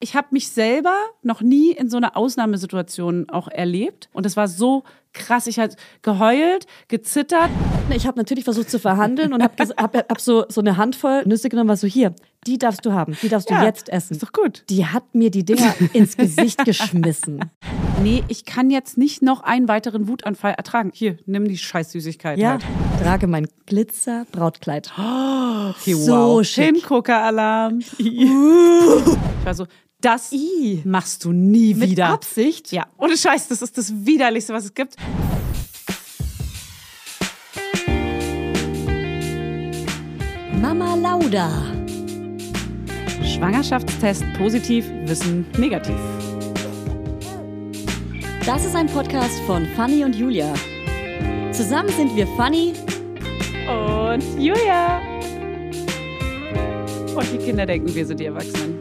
ich habe mich selber noch nie in so einer Ausnahmesituation auch erlebt. Und es war so krass. Ich habe geheult, gezittert. Ich habe natürlich versucht zu verhandeln und habe hab, hab so, so eine Handvoll Nüsse genommen, war so hier, die darfst du haben, die darfst Ja, du jetzt essen. ist doch gut. Die hat mir die Dinger ins Gesicht geschmissen. Nee, ich kann jetzt nicht noch einen weiteren Wutanfall ertragen. Hier, nimm die Scheißsüßigkeit. Ja, Halt. trage mein Glitzer-Brautkleid. Okay, So wow. schick. Hingucker-Alarm. Ich war so, das I. machst du nie Mit wieder. Absicht? Ja, ohne Scheiß, das ist das Widerlichste, was es gibt. Mama Lauda. Schwangerschaftstest positiv, Wissen negativ. Das ist ein Podcast von Fanny und Julia. Zusammen sind wir Fanny. Und Julia. Und die Kinder denken, wir sind die Erwachsenen.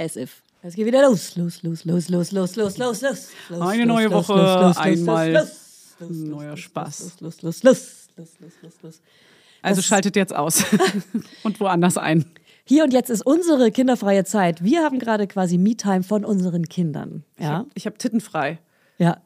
As if. Es geht wieder los, los, los, los, los, los, los, los, los. los, Eine los, neue los, Woche, los, los, los, einmal los, los, los, neuer los, Spaß. Los, los, los, los, los, los, los, los. Also Das- schaltet jetzt aus und woanders ein. Hier und jetzt ist unsere kinderfreie Zeit. Wir haben gerade quasi Me-Time von unseren Kindern. Ja, Ich habe Titten frei. ja.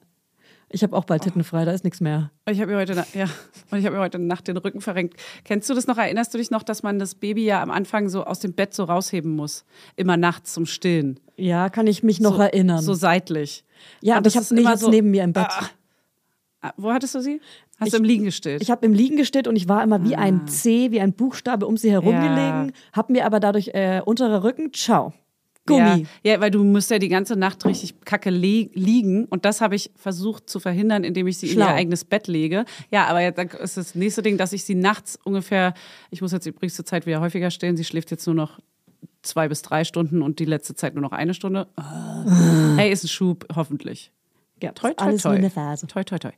Ich habe auch bald Titten frei, da ist nichts mehr. Und Ich habe mir heute na- ja und ich habe mir heute Nacht den Rücken verrenkt. Kennst du das noch? Erinnerst du dich noch, dass man das Baby ja am Anfang so aus dem Bett so rausheben muss, immer nachts zum Stillen? Ja, kann ich mich noch erinnern. So seitlich. ja, aber ich habe das ist nee, ich immer hab's neben mir im Bett. Ah. Ah, wo hattest du sie? Hast Ich- du im Liegen gestillt? Ich habe im Liegen gestillt und ich war immer wie ein C, wie ein Buchstabe um sie herum Ja. gelegen, habe mir aber dadurch äh, unterer Rücken, ciao, Gummi. Ja, ja, weil du musst ja die ganze Nacht richtig kacke le- liegen. Und das habe ich versucht zu verhindern, indem ich sie Schlau. in ihr eigenes Bett lege. Ja, aber jetzt ist das nächste Ding, dass ich sie nachts ungefähr, ich muss jetzt übrigens zur Zeit wieder häufiger stellen, sie schläft jetzt nur noch zwei bis drei Stunden und die letzte Zeit nur noch eine Stunde. Ah. Hey, ist ein Schub, hoffentlich. Ja, Toi, toi, alles toi. nur eine Phase. Toi, toi, toi.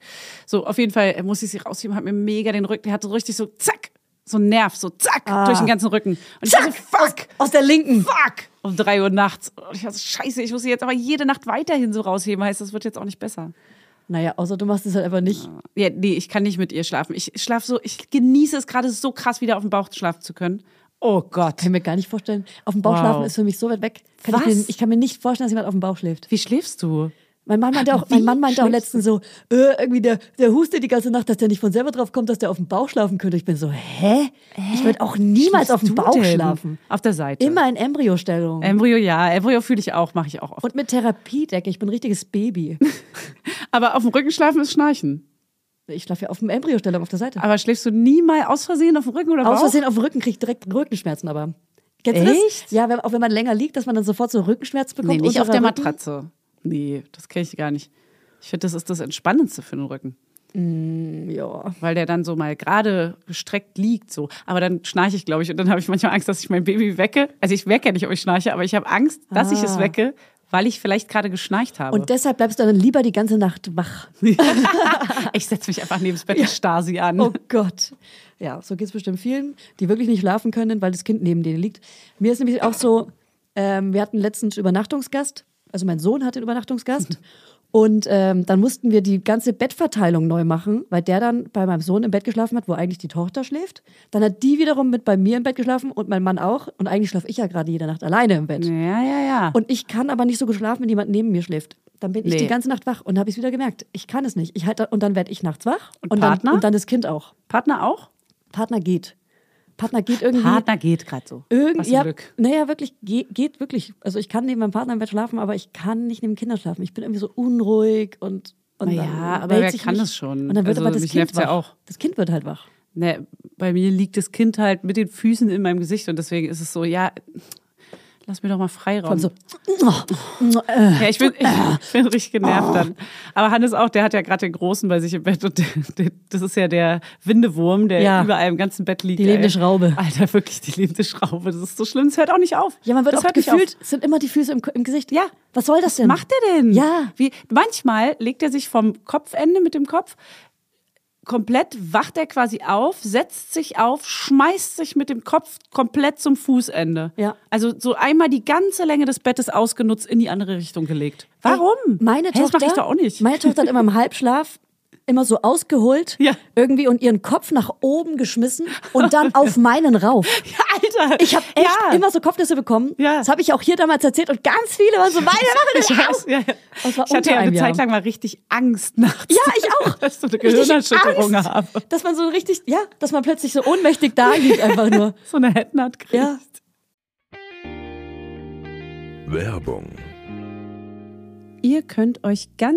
So, auf jeden Fall äh, muss ich sie rausheben, hat mir mega den Rücken, der hatte so richtig so zack, so einen Nerv, so zack, durch den ganzen Rücken. Und ich dachte, fuck! Ah. Aus der linken. Fuck! Um drei Uhr nachts. Und ich dachte, scheiße, ich muss sie jetzt aber jede Nacht weiterhin so rausheben. Heißt, das wird jetzt auch nicht besser. Naja, außer du machst es halt einfach nicht. Ja, nee, ich kann nicht mit ihr schlafen. Ich schlafe so, ich genieße es gerade so krass, wieder auf dem Bauch schlafen zu können. Oh Gott. Kann ich mir gar nicht vorstellen. Auf dem Bauch Wow. schlafen ist für mich so weit weg. Kann Ich, mir, Was? ich kann mir nicht vorstellen, dass jemand auf dem Bauch schläft. Wie schläfst du? Mein Mann meinte auch, mein Mann meinte auch letztens so, äh, irgendwie der, der hustet die ganze Nacht, dass der nicht von selber drauf kommt, dass der auf dem Bauch schlafen könnte. Ich bin so, hä? Ich würde auch niemals auf dem Du Bauch denn? Äh. schlafen. Auf der Seite. Immer in Embryostellung. Embryo, ja. Embryo fühle ich auch, mache ich auch oft. Und mit Therapiedecke. Ich bin ein richtiges Baby. Aber auf dem Rücken schlafen ist Schnarchen. Ich schlafe ja auf dem Embryostellung auf der Seite. Aber schläfst du nie mal aus Versehen auf dem Rücken oder Bauch? Aus Versehen auf dem Rücken kriege ich direkt Rückenschmerzen, aber. Kennst du das? Echt? Ja, wenn, auch wenn man länger liegt, dass man dann sofort so Rückenschmerzen bekommt. Nee, nicht auf Unterer der Rücken. Matratze. Nee, das kenne ich gar nicht. Ich finde, das ist das Entspannendste für den Rücken. Ja. weil der dann so mal gerade gestreckt liegt so. Aber dann schnarche ich, glaube ich, und dann habe ich manchmal Angst, dass ich mein Baby wecke. Also ich wecke ja nicht, ob ich schnarche, aber ich habe Angst, dass ich es wecke, weil ich vielleicht gerade geschnarcht habe. Und deshalb bleibst du dann lieber die ganze Nacht wach. ich setze mich einfach neben das Bett und starr sie an. Oh Gott. Ja, so geht es bestimmt vielen, die wirklich nicht schlafen können, weil das Kind neben denen liegt. Mir ist nämlich auch so, ähm, wir hatten letztens Übernachtungsgast, also mein Sohn hatte einen Übernachtungsgast. Und ähm, dann mussten wir die ganze Bettverteilung neu machen, weil der dann bei meinem Sohn im Bett geschlafen hat, wo eigentlich die Tochter schläft. Dann hat die wiederum mit bei mir im Bett geschlafen und mein Mann auch. Und eigentlich schlafe ich ja gerade jede Nacht alleine im Bett. Ja, ja, ja. Und ich kann aber nicht so gut schlafen, wenn jemand neben mir schläft. Dann bin ich Nee. die ganze Nacht wach und habe ich es wieder gemerkt. Ich kann es nicht. Ich halt, und dann werde ich nachts wach Und dann, Partner? und dann das Kind auch. Partner auch? Partner geht. Partner geht Mhm. irgendwie. geht gerade so. irgend- Was ein ja, Glück. Naja, wirklich, ge geht wirklich. Also ich kann neben meinem Partner im Bett schlafen, aber ich kann nicht neben Kindern schlafen. Ich bin irgendwie so unruhig und. Na und dann ja, aber wälzt wer sich kann mich- das schon? Und dann wird Also aber das mich Kind nervt's wach. ja auch. Das Kind wird halt wach. Ne, bei mir liegt das Kind halt mit den Füßen in meinem Gesicht und deswegen ist es so, ja, lass mir doch mal Freiraum. Und so. äh, Ja, ich bin, ich bin richtig Oh. genervt dann. Aber Hannes auch, der hat ja gerade den Großen bei sich im Bett und der, der, das ist ja der Windewurm, der Ja. überall im ganzen Bett liegt. Die lebende ey. Schraube. Alter, wirklich die lebende Schraube. Das ist so schlimm, es hört auch nicht auf. Ja, man wird das oft hört nicht gefühlt, es sind immer die Füße im, im Gesicht. Ja. Was soll das denn? Was macht er denn? Ja. Wie, manchmal legt er sich vom Kopfende mit dem Kopf komplett, wacht er quasi auf, setzt sich auf, schmeißt sich mit dem Kopf komplett zum Fußende. Ja. Also so einmal die ganze Länge des Bettes ausgenutzt in die andere Richtung gelegt. Warum? Meine Hä, Tochter, Das mache ich doch auch nicht. Meine Tochter hat immer im Halbschlaf immer so ausgeholt Ja. irgendwie und ihren Kopf nach oben geschmissen und dann auf meinen rauf. Ja, Alter. Ich habe echt ja. immer so Kopfnüsse bekommen. Ja. Das habe ich auch hier damals erzählt und ganz viele waren so, meine machen Ich das weiß, auch. ja, ja. Das war Ich hatte unter ja eine einem Jahr. Zeit lang mal richtig Angst nachts. Ja, ich auch. Dass du eine Richtig Gehirnerschütterung Angst, habe. Dass man so richtig, ja, dass man plötzlich so ohnmächtig da liegt einfach nur. So eine Headnut kriegst. Ja. Werbung. Ihr könnt euch ganz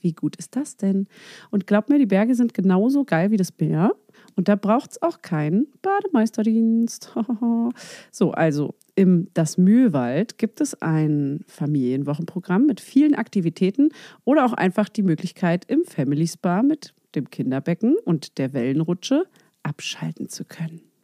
Wie gut ist das denn? Und glaub mir, die Berge sind genauso geil wie das Meer. Und da braucht es auch keinen Bademeisterdienst. so, also im Das Mühlwald gibt es ein Familienwochenprogramm mit vielen Aktivitäten oder auch einfach die Möglichkeit, im Family Spa mit dem Kinderbecken und der Wellenrutsche abschalten zu können.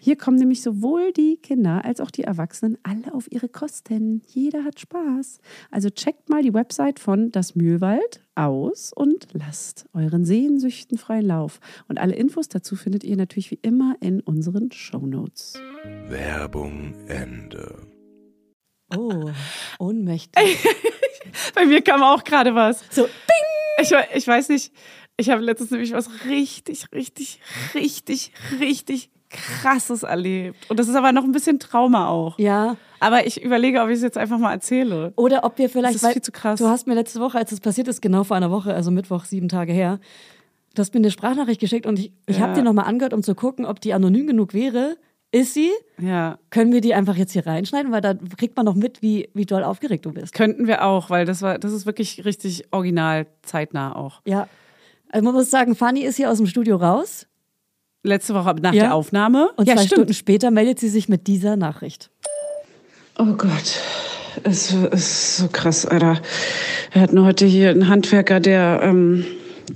Hier kommen nämlich sowohl die Kinder als auch die Erwachsenen alle auf ihre Kosten. Jeder hat Spaß. Also checkt mal die Website von Das Mühlwald aus und lasst euren Sehnsüchten freien Lauf. Und alle Infos dazu findet ihr natürlich wie immer in unseren Shownotes. Werbung Ende. Oh, ohnmächtig. Bei mir kam auch gerade was. So, Ich, we- ich weiß nicht, ich habe letztens nämlich was richtig, richtig, richtig, richtig krasses erlebt. Und das ist aber noch ein bisschen Trauma auch. ja. Aber ich überlege, ob ich es jetzt einfach mal erzähle. Oder ob wir Das vielleicht, ist weil viel zu krass. du hast mir letzte Woche, als es passiert ist, genau vor einer Woche, also Mittwoch, sieben Tage her, du hast mir eine Sprachnachricht geschickt und ich, ich Ja. habe dir nochmal angehört, um zu gucken, ob die anonym genug wäre. Ist sie? Ja. Können wir die einfach jetzt hier reinschneiden, weil da kriegt man noch mit, wie, wie doll aufgeregt du bist. Könnten wir auch, weil das war, das ist wirklich richtig original zeitnah auch. Ja. Also man muss sagen, Fanny ist hier aus dem Studio raus Letzte Woche nach Ja. der Aufnahme. und zwei Stunden später meldet sie sich mit dieser Nachricht. Oh Gott, es ist so krass, Alter. Wir hatten heute hier einen Handwerker, der ähm,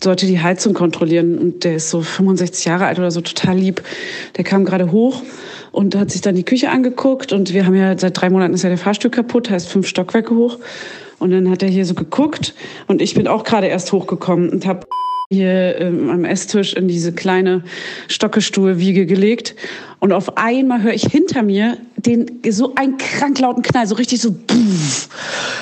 sollte die Heizung kontrollieren und der ist so 65 Jahre alt oder so, total lieb. Der kam gerade hoch und hat sich dann die Küche angeguckt und wir haben ja seit drei Monaten ist ja der Fahrstuhl kaputt, heißt fünf Stockwerke hoch. Und dann hat er hier so geguckt und ich bin auch gerade erst hochgekommen und habe hier ähm, am Esstisch in diese kleine Stockestuhlwiege gelegt. Und auf einmal höre ich hinter mir den, so einen krank lauten Knall, so richtig so. Pff.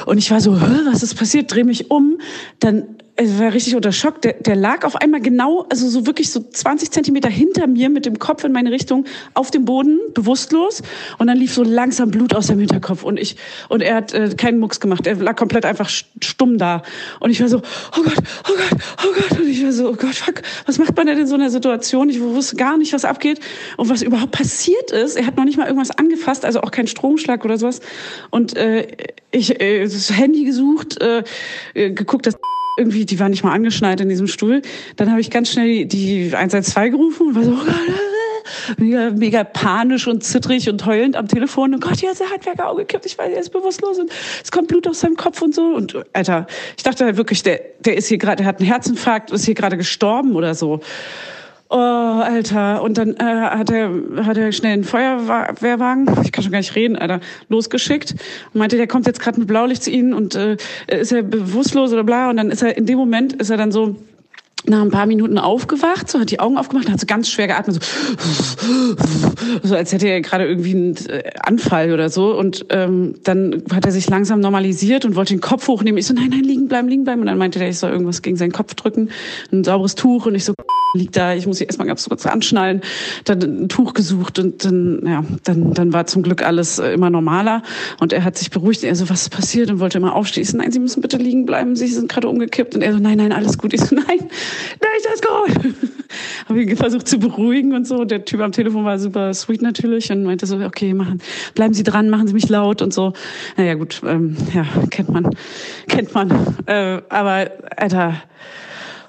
Und ich war so, "Hä, was ist passiert? Dreh mich um. Dann ich war richtig unter Schock. Der, der lag auf einmal genau, also so wirklich so 20 Zentimeter hinter mir mit dem Kopf in meine Richtung auf dem Boden, bewusstlos. Und dann lief so langsam Blut aus dem Hinterkopf. Und ich, und er hat äh, keinen Mucks gemacht. Er lag komplett einfach st- stumm da. Und ich war so, oh Gott, oh Gott, oh Gott. Und ich war so, oh Gott, fuck, was macht man denn in so einer Situation? Ich wusste gar nicht, was abgeht und was überhaupt passiert ist. Er hat noch nicht mal irgendwas angefasst, also auch kein Stromschlag oder sowas. Und äh, ich äh, das Handy gesucht, äh, äh, geguckt, dass irgendwie, die war nicht mal angeschnallt in diesem Stuhl. Dann habe ich ganz schnell die 112 gerufen und war so, oh Gott, äh, äh, mega, mega panisch und zittrig und heulend am Telefon. Und Gott, hier ist der Handwerker umgekippt, ich weiß, er ist bewusstlos und es kommt Blut aus seinem Kopf und so. Und äh, Alter, ich dachte halt wirklich, der, der ist hier gerade, der hat einen Herzinfarkt, ist hier gerade gestorben oder so. Oh, Alter. Und dann äh, hat, er, hat er schnell einen Feuerwehrwagen, ich kann schon gar nicht reden, Alter, losgeschickt. Und meinte, der kommt jetzt gerade mit Blaulicht zu ihnen und äh, ist er bewusstlos oder bla. Und dann ist er, in dem Moment ist er dann so nach ein paar Minuten aufgewacht, so hat die Augen aufgemacht, hat so ganz schwer geatmet, so, so als hätte er gerade irgendwie einen äh, Anfall oder so. Und ähm, dann hat er sich langsam normalisiert und wollte den Kopf hochnehmen. Ich so, nein, nein, liegen bleiben, liegen bleiben. Und dann meinte der, ich soll irgendwas gegen seinen Kopf drücken, ein sauberes Tuch. Und ich so, liegt da, ich muss sie erstmal ganz kurz anschnallen. Dann ein Tuch gesucht und dann, ja, dann, dann war zum Glück alles äh, immer normaler. Und er hat sich beruhigt. Er so, was ist passiert? Und wollte immer aufstehen. Ich so, nein, Sie müssen bitte liegen bleiben. Sie sind gerade umgekippt. Und er so, nein, nein, alles gut. Ich so, nein, nicht das gut. Habe ihn versucht zu beruhigen und so. Der Typ am Telefon war super sweet natürlich und meinte so, okay, machen, bleiben Sie dran, machen Sie mich laut und so. Naja, gut, ähm, ja, kennt man, kennt man. Äh, aber, Alter,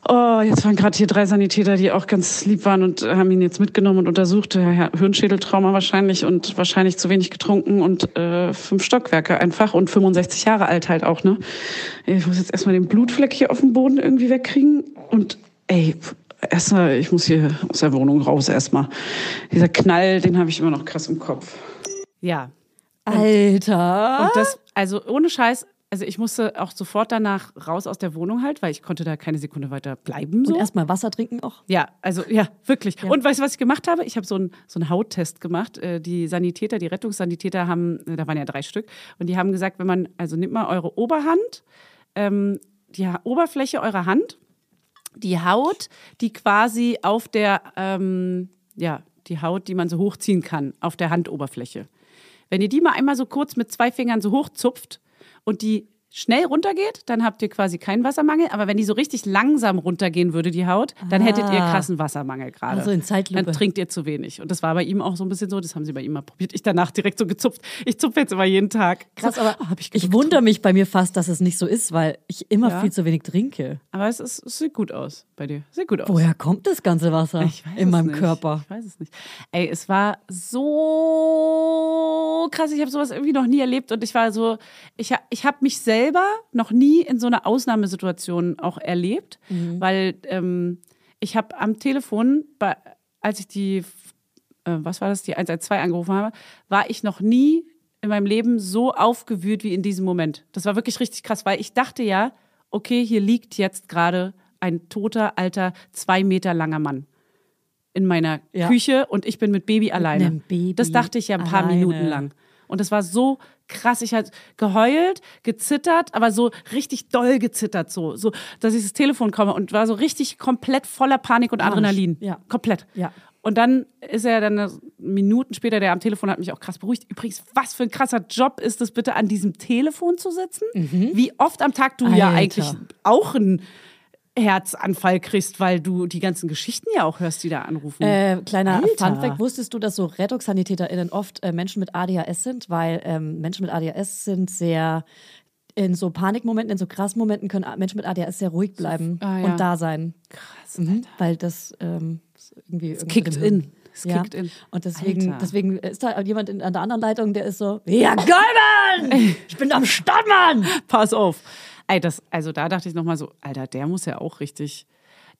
Oh, jetzt waren gerade hier drei Sanitäter, die auch ganz lieb waren und haben ihn jetzt mitgenommen und untersucht. Ja, ja, Hirnschädeltrauma wahrscheinlich und wahrscheinlich zu wenig getrunken und äh, fünf Stockwerke einfach und 65 Jahre alt halt auch, ne? Ich muss jetzt erstmal den Blutfleck hier auf dem Boden irgendwie wegkriegen und ey, erstmal, ich muss hier aus der Wohnung raus erstmal. Dieser Knall, den habe ich immer noch krass im Kopf. Ja. Alter. Und das, also ohne Scheiß, also ich musste auch sofort danach raus aus der Wohnung halt, weil ich konnte da keine Sekunde weiter bleiben. So. Und erstmal Wasser trinken auch. Ja, also ja, wirklich. Und weißt du, was ich gemacht habe? Ich habe so einen so einen Hauttest gemacht. Äh, Die Sanitäter, die Rettungssanitäter haben, äh, da waren ja drei Stück, und die haben gesagt, wenn man, also nimmt mal eure Oberhand, ähm, die ha Oberfläche eurer Hand, die Haut, die quasi auf der, ähm, ja, die Haut, die man so hochziehen kann, auf der Handoberfläche. Wenn ihr die mal einmal so kurz mit zwei Fingern so hochzupft und die schnell runtergeht, dann habt ihr quasi keinen Wassermangel. Aber wenn die so richtig langsam runtergehen würde, die Haut, dann hättet ihr Ah. krassen Wassermangel gerade. Also in Zeitlupe. Dann trinkt ihr zu wenig. Und das war bei ihm auch so ein bisschen so. Das haben sie bei ihm mal probiert. Ich danach direkt so gezupft. Ich zupfe jetzt immer jeden Tag. Krass, so, aber oh, hab Ah, ich, ich genug wundere mich bei mir fast, dass es nicht so ist, weil ich immer Ja. viel zu wenig trinke. getrunken. Aber es, ist, es sieht gut aus bei dir. Sieht gut aus. Woher kommt das ganze Wasser Ich weiß in es meinem nicht. Körper? Ich weiß es nicht. Ey, es war so krass. Ich habe sowas irgendwie noch nie erlebt und ich war so, ich, ha- ich habe mich selber noch nie in so einer Ausnahmesituation auch erlebt, weil ähm, ich habe am Telefon, bei, als ich die, äh, was war das, die 112 angerufen habe, war ich noch nie in meinem Leben so aufgewühlt wie in diesem Moment. Das war wirklich richtig krass, weil ich dachte ja, okay, hier liegt jetzt gerade ein toter, alter, zwei Meter langer Mann in meiner Ja. Küche und ich bin mit Baby alleine. einem Baby das dachte ich ja ein paar alleine. Minuten lang. Und das war so krass. Ich habe geheult, gezittert, aber so richtig doll gezittert, so, so dass ich ins Telefon komme und war so richtig komplett voller Panik und Adrenalin. Ja. Komplett. Ja. Und dann ist er dann äh, Minuten später, der am Telefon hat mich auch krass beruhigt. Übrigens, was für ein krasser Job ist es bitte, an diesem Telefon zu sitzen? Wie oft am Tag du ja Mhm. Alter. eigentlich auch einen Herzanfall kriegst, weil du die ganzen Geschichten ja auch hörst, die da anrufen. Äh, kleiner Alter. Funfact, wusstest du, dass so RettungssanitäterInnen oft äh, Menschen mit ADHS sind? Weil ähm, Menschen mit ADHS sind sehr in so Panikmomenten, in so krassen Momenten können A- Menschen mit ADHS sehr ruhig bleiben ah, ja. und da sein. Krass. Mhm, weil das ähm, ist irgendwie es kickt in. Es kickt in. Und deswegen, Alter. deswegen ist da jemand in, an der anderen Leitung, der ist so, ja geil, Mann! Ich bin am Start, Mann! Pass auf. Ey, das, also da dachte ich nochmal so, Alter, der muss ja auch richtig.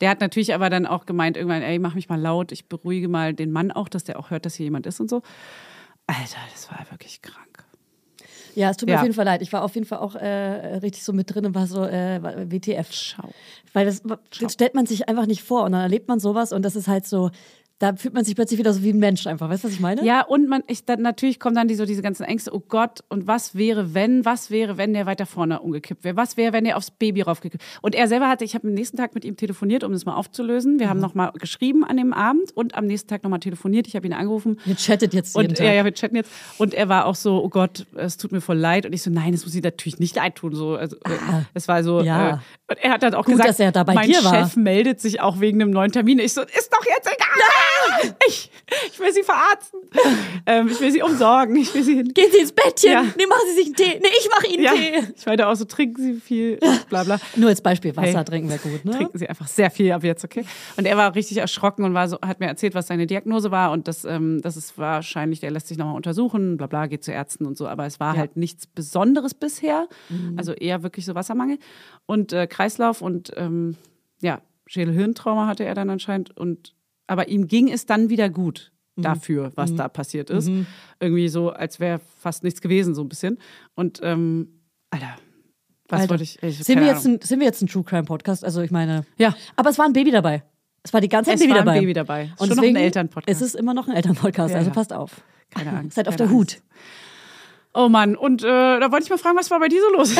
Der hat natürlich aber dann auch gemeint, irgendwann, ey, mach mich mal laut, ich beruhige mal den Mann auch, dass der auch hört, dass hier jemand ist und so. Alter, das war wirklich krank. Ja, es tut mir Ja. auf jeden Fall leid. Ich war auf jeden Fall auch äh, richtig so mit drin und war so äh, WTF. Schau. Weil das, das stellt man sich einfach nicht vor und dann erlebt man sowas und das ist halt so, da fühlt man sich plötzlich wieder so wie ein Mensch einfach. Weißt du, was ich meine? Ja, und man, ich, dann, natürlich kommen dann die, so diese ganzen Ängste, oh Gott, und was wäre, wenn, was wäre, wenn der weiter vorne umgekippt wäre? Was wäre, wenn er aufs Baby raufgekippt Und er selber hatte, ich habe am nächsten Tag mit ihm telefoniert, um das mal aufzulösen. Wir haben haben nochmal geschrieben an dem Abend und am nächsten Tag nochmal telefoniert. Ich habe ihn angerufen. Ihr chattet jetzt jeden Und Tag. ja, ja, wir chatten jetzt. Und er war auch so, oh Gott, es tut mir voll leid. Und ich so, nein, es muss ihm natürlich nicht leid tun. So, also, äh, es war so. Ah, ja. Äh, und er hat dann auch Gut, gesagt, dass er da bei mein dir war. Chef meldet sich auch wegen einem neuen Termin. Ich so, ist doch jetzt egal. Ich, ich will sie verarzten. ähm, ich will sie umsorgen. Ich will sie. Gehen Sie ins Bettchen. Ja. Nee, machen Sie sich einen Tee. Nee, ich mache Ihnen Ja, Tee. ich meinte auch so, trinken sie viel, bla bla. Nur als Beispiel, Wasser Hey. trinken wir gut, ne? trinken sie einfach sehr viel ab jetzt, okay? Und er war richtig erschrocken und war so, hat mir erzählt, was seine Diagnose war und dass ähm, das ist wahrscheinlich, der lässt sich nochmal untersuchen, bla bla, geht zu Ärzten und so, aber es war halt nichts Besonderes bisher, Mhm. also eher wirklich so Wassermangel und äh, Kreislauf und ähm, ja, Schädelhirntrauma hatte er dann anscheinend und aber ihm ging es dann wieder gut Mhm. dafür, was da passiert ist. Irgendwie so, als wäre fast nichts gewesen, so ein bisschen. Und, ähm, Alter, was Alter. wollte ich? ich hab sind, wir keine jetzt Ahnung. ein, sind wir jetzt ein True Crime Podcast? Also ich meine. Ja. Aber es war ein Baby dabei. Es war die ganze Zeit Es Baby war ein dabei. Baby dabei. Ist schon Und noch ein deswegen, Elternpodcast. Es ist immer noch ein Elternpodcast, Ja, also ja. passt auf. Keine Angst, Seid auf keine der Hut. Oh Mann, und äh, da wollte ich mal fragen, was war bei dir so los?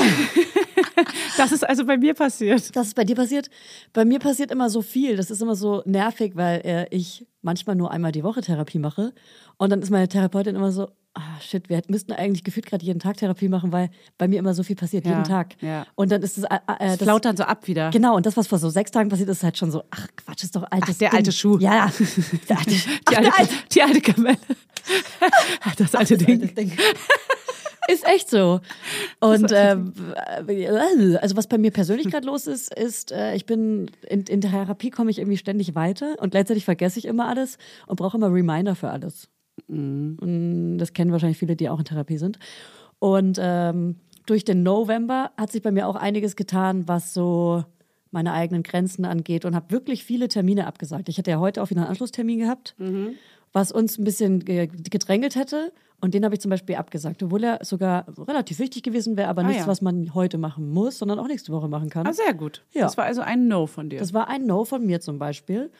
das ist also bei mir passiert. Das ist bei dir passiert. Bei mir passiert immer so viel. Das ist immer so nervig, weil äh, ich manchmal nur einmal die Woche Therapie mache. Und dann ist meine Therapeutin immer so, ah shit, wir hätten- müssten eigentlich gefühlt gerade jeden Tag Therapie machen, weil bei mir immer so viel passiert, Ja, jeden Tag. ja. Und dann ist es äh, äh, Das das, flaut dann so ab wieder. Genau, und das, was vor so sechs Tagen passiert ist, halt schon so, ach Quatsch, ist doch altes Ach, der Ding. alte Schuh. Ja, der alte, ach, Die der alte, alte, die alte Kamelle. Das alte Ding. altes Ding. Ist echt so. Und ähm, äh, also was bei mir persönlich gerade los ist, ist, äh, ich bin in, in der Therapie komme ich irgendwie ständig weiter und gleichzeitig vergesse ich immer alles und brauche immer Reminder für alles. Und Das kennen wahrscheinlich viele, die auch in Therapie sind. Und ähm, durch den November hat sich bei mir auch einiges getan, was so meine eigenen Grenzen angeht und habe wirklich viele Termine abgesagt. Ich hatte ja heute auch wieder einen Anschlusstermin gehabt, was uns ein bisschen ge- gedrängelt hätte. Und den habe ich zum Beispiel abgesagt, obwohl er sogar relativ wichtig gewesen wäre, aber nichts, ja. was man heute machen muss, sondern auch nächste Woche machen kann. Ah, sehr gut. Ja. Das war also ein No von dir. Das war ein No von mir zum Beispiel.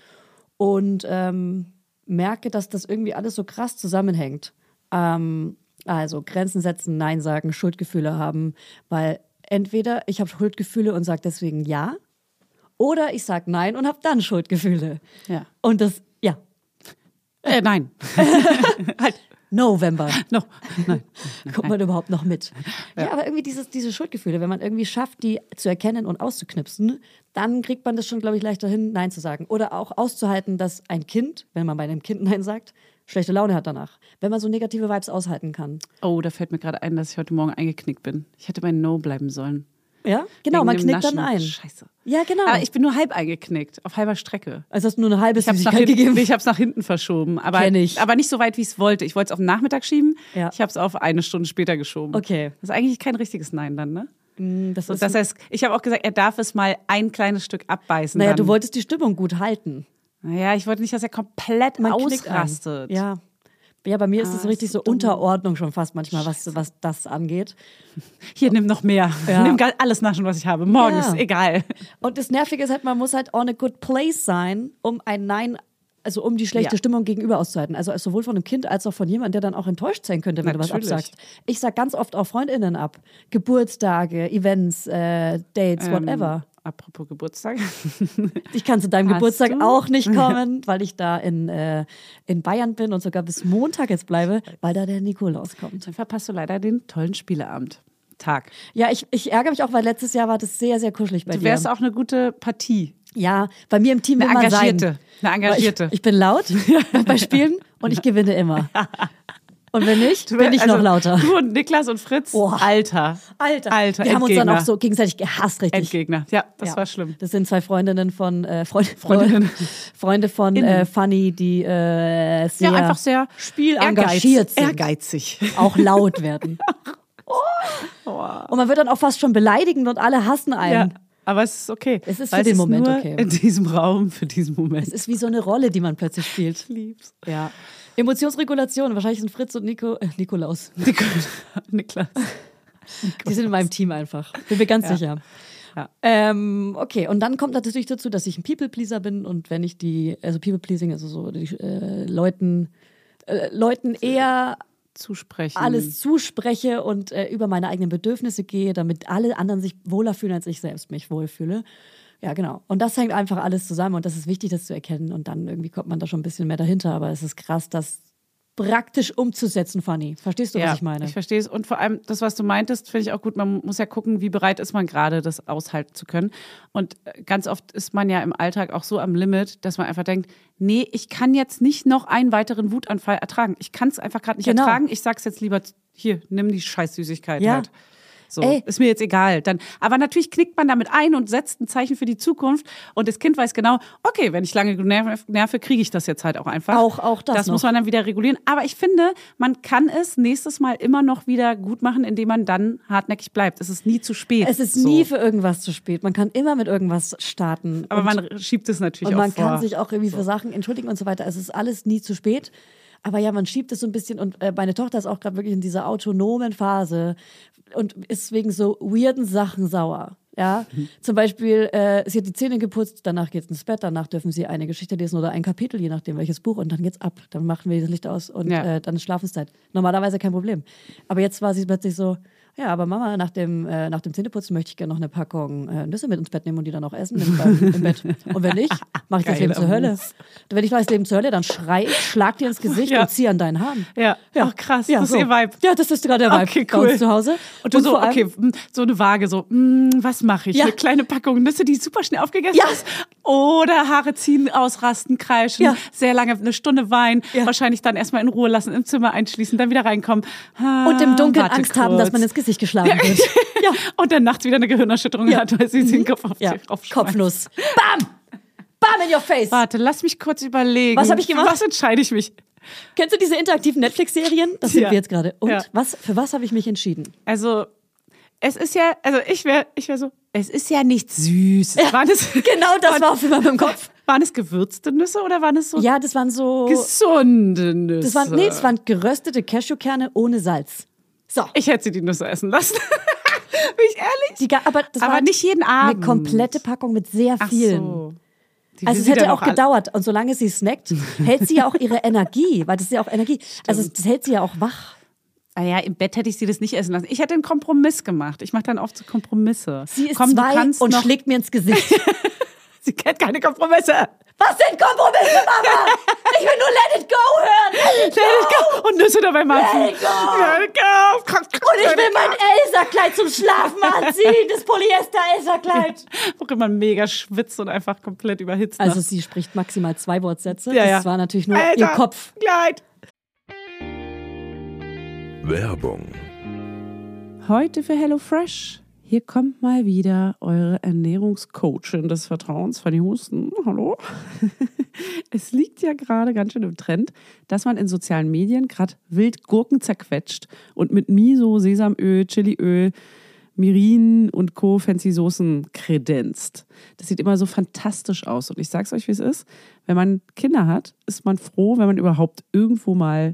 Und ähm, merke, dass das irgendwie alles so krass zusammenhängt. Ähm, also Grenzen setzen, Nein sagen, Schuldgefühle haben, weil entweder ich habe Schuldgefühle und sage deswegen Ja oder ich sage Nein und habe dann Schuldgefühle. Ja. Und das, ja, äh, nein. halt. November. No. Nein. Kommt man überhaupt noch mit? Ja, aber irgendwie dieses, diese Schuldgefühle, wenn man irgendwie schafft, die zu erkennen und auszuknipsen, dann kriegt man das schon, glaube ich, leichter hin, Nein zu sagen. Oder auch auszuhalten, dass ein Kind, wenn man bei einem Kind Nein sagt, schlechte Laune hat danach. Wenn man so negative Vibes aushalten kann. Oh, da fällt mir gerade ein, dass ich heute Morgen eingeknickt bin. Ich hätte bei No bleiben sollen. Ja? Genau, Wegen man dem knickt Naschen. dann ein. Scheiße. Ja, genau. Aber ich bin nur halb eingeknickt, auf halber Strecke. also hast du nur eine halbe Ich habe es nach, Süßigkeit hinten- gegeben. nee, ich hab's nach hinten verschoben, aber, Kenn ich. aber nicht so weit, wie ich es wollte. Ich wollte es auf den Nachmittag schieben, Ja. ich habe es auf eine Stunde später geschoben. Okay. Hm, Das ist eigentlich kein richtiges Nein dann, ne? Das So, ist, das heißt, ich habe auch gesagt, er darf es mal ein kleines Stück abbeißen. naja, dann. du wolltest die Stimmung gut halten. naja, ich wollte nicht, dass er komplett Man knickt ein. ausrastet. Ja. Ja, bei mir ist Ah, es ist richtig so so dumm. Unterordnung schon fast manchmal, was, was das angeht. Hier, nimm noch mehr. Ja. Nimm ga- alles naschen, was ich habe. Morgens, Ja. egal. Und das Nervige ist halt, man muss halt on a good place sein, um ein Nein, also um die schlechte Ja. Stimmung gegenüber auszuhalten. Also sowohl von einem Kind als auch von jemandem, der dann auch enttäuscht sein könnte, wenn du Natürlich. was absagst. Ich sag ganz oft auch FreundInnen ab. Geburtstage, Events, äh, Dates, whatever. Ähm, apropos Geburtstag. Ich kann zu deinem hast Geburtstag du? auch nicht kommen, weil ich da in, äh, in Bayern bin und sogar bis Montag jetzt bleibe, weil da der Nikolaus kommt. Dann verpasst du leider den tollen Spieleabend. Tag. Ja, ich, ich ärgere mich auch, weil letztes Jahr war das sehr, sehr kuschelig bei Du dir. wärst auch eine gute Partie. Ja, bei mir im Team Eine immer Engagierte. sein. Eine Engagierte. Weil Ich, ich bin laut bei Spielen und ich gewinne immer. Und wenn nicht, bin ich Also, noch lauter. Du und Niklas und Fritz. Oh. Alter. Alter, Alter. wir haben uns Entgegner. dann auch so gegenseitig gehasst, richtig. Entgegner. Ja, das Ja. Mhm. war schlimm. Das sind zwei Freundinnen von äh, Freund, Freundinnen. Freunde von äh, Funny, die äh, sehr, Ja, einfach sehr spielengagiert sind. Ehrgeizig. auch laut werden. Und man wird dann auch fast schon beleidigend und alle hassen Oh. Ja, einen. aber es ist okay. Es ist Weil für den Moment nur okay. In diesem Raum, für diesen Es Moment. ist wie so eine Rolle, die man plötzlich spielt. Lieb's. Ja. Emotionsregulation, wahrscheinlich sind Fritz und Nico, äh, Nikolaus. Niklas. Die sind in meinem Team einfach. Bin mir ganz sicher. Ja. Ähm, okay, und dann kommt natürlich dazu, dass ich ein People-Pleaser bin und wenn ich die, also People-Pleasing, also so die, äh, Leuten, äh, Leuten eher Zusprechen. alles zuspreche und äh, über meine eigenen Bedürfnisse gehe, damit alle anderen sich wohler fühlen, als ich selbst mich wohlfühle. Ja, genau. Und das hängt einfach alles zusammen und das ist wichtig, das zu erkennen. Und dann irgendwie kommt man da schon ein bisschen mehr dahinter, aber es ist krass, das praktisch umzusetzen, Fanny. Verstehst du, ja, was ich meine? Ich verstehe es. Und vor allem, das, was du meintest, finde ich auch gut. Man muss ja gucken, wie bereit ist man gerade, das aushalten zu können. Und äh, ganz oft ist man ja im Alltag auch so am Limit, dass man einfach denkt, nee, ich kann jetzt nicht noch einen weiteren Wutanfall ertragen. Ich kann es einfach gerade nicht Genau. ertragen. Ich sag's jetzt lieber, hier, nimm die Scheißsüßigkeit Ja. halt. So, Ey. ist mir jetzt egal. Dann, aber natürlich knickt man damit ein und setzt ein Zeichen für die Zukunft. Und das Kind weiß genau, okay, wenn ich lange genug nerv, nerve, kriege ich das jetzt halt auch einfach. Auch- auch das Das muss noch. man dann wieder regulieren. Aber ich finde, man kann es nächstes Mal immer noch wieder gut machen, indem man dann hartnäckig bleibt. Es ist nie zu spät. Es ist So. nie für irgendwas zu spät. Man kann immer mit irgendwas starten. Aber und, man schiebt es natürlich und man auch vor. kann sich auch irgendwie für Sachen entschuldigen und so weiter. Also Es ist alles nie zu spät. Aber ja, man schiebt es so ein bisschen. Und äh, meine Tochter ist auch gerade wirklich in dieser autonomen Phase und ist wegen so weirden Sachen sauer. Ja, Mhm. zum Beispiel, äh, sie hat die Zähne geputzt, danach geht's ins Bett, danach dürfen sie eine Geschichte lesen oder ein Kapitel, je nachdem welches Buch, und dann geht's ab. Dann machen wir das Licht aus und Ja. äh, dann ist Schlafenszeit. Normalerweise kein Problem. Aber jetzt war sie plötzlich so, ja, aber Mama, nach dem, äh, nach dem Zähneputzen möchte ich gerne noch eine Packung äh, Nüsse mit ins Bett nehmen und die dann auch essen im, Bett- im Bett. Und wenn nicht, mache ich Geiler das Leben zur Hölle. Wenn ich mache das Leben zur Hölle, dann schrei ich, schlag dir ins Gesicht Ja. und zieh an deinen Haaren. Ja. Ach, krass. Das ist ihr Vibe. Ja, das ist gerade der Vibe Okay, bei cool. uns zu Hause. Und du so, vor allem- okay, hm, so eine Waage, so, hm, was mache ich? Ja. Eine kleine Packung Nüsse, die super schnell aufgegessen Ja. ist. Oder Haare ziehen, ausrasten, kreischen, Ja. sehr lange, eine Stunde weinen, Ja. wahrscheinlich dann erstmal in Ruhe lassen, im Zimmer einschließen, dann wieder reinkommen. Ah, Und im Dunkeln Warte Angst haben, dass kurz. man ins Gesicht geschlagen wird. ja. Und dann nachts wieder eine Gehirnerschütterung Ja. Mhm. hat, weil sie den Kopf auf Ja, die aufschmeißt. kopflos. Bam! Bam in your face! Warte, lass mich kurz überlegen. Was hab ich gemacht? Für was entscheide ich mich? Kennst du diese interaktiven Netflix-Serien? Das sind Ja. wir jetzt gerade. Und Ja. was, für was habe ich mich entschieden? Also, es ist ja, also ich wäre ich wär so, es ist ja nichts Süßes. Waren es, Genau das war auf immer im Kopf. Waren es gewürzte Nüsse oder waren es so Ja, das waren so. gesunde Nüsse? Das waren, nee, das waren geröstete Cashewkerne ohne Salz. So. ich hätte sie die Nüsse essen lassen. Bin ich ehrlich? Die, ga- aber das Aber war nicht jeden eine Abend. komplette Packung mit sehr Ach vielen. so. Die will Also es sie dann hätte auch alle- gedauert. Und solange sie snackt, hält sie ja auch ihre Energie, weil das ist ja auch Energie. Also es- das hält sie ja auch wach. Ah ja, im Bett hätte ich sie das nicht essen lassen. Ich hätte einen Kompromiss gemacht. Ich mache dann oft so Kompromisse. Sie ist Komm, du zwei kannst und noch. schlägt mir ins Gesicht. Sie kennt keine Kompromisse. Was sind Kompromisse, Mama? Ich will nur Let It Go hören. Let Let It it go. Und Nüsse dabei machen. Let it go. Let it go. Komm, komm, Und ich will mein Elsa-Kleid zum Schlafen anziehen, das Polyester-Elsa-Kleid. Worin man mega schwitzt und einfach komplett überhitzt. Also nach- sie spricht maximal zwei Wortsätze. Ja, Das ja. war natürlich nur Alter, ihr Kopf. Kleid. Werbung, Heute für HelloFresh. Hier kommt mal wieder eure Ernährungscoachin des Vertrauens, Fanny Husten. Hallo. Es liegt ja gerade ganz schön im Trend, dass man in sozialen Medien gerade wild Gurken zerquetscht und mit Miso, Sesamöl, Chiliöl, Mirin und Co. fancy Soßen kredenzt. Das sieht immer so fantastisch aus. Und ich sag's euch, wie es ist. Wenn man Kinder hat, ist man froh, wenn man überhaupt irgendwo mal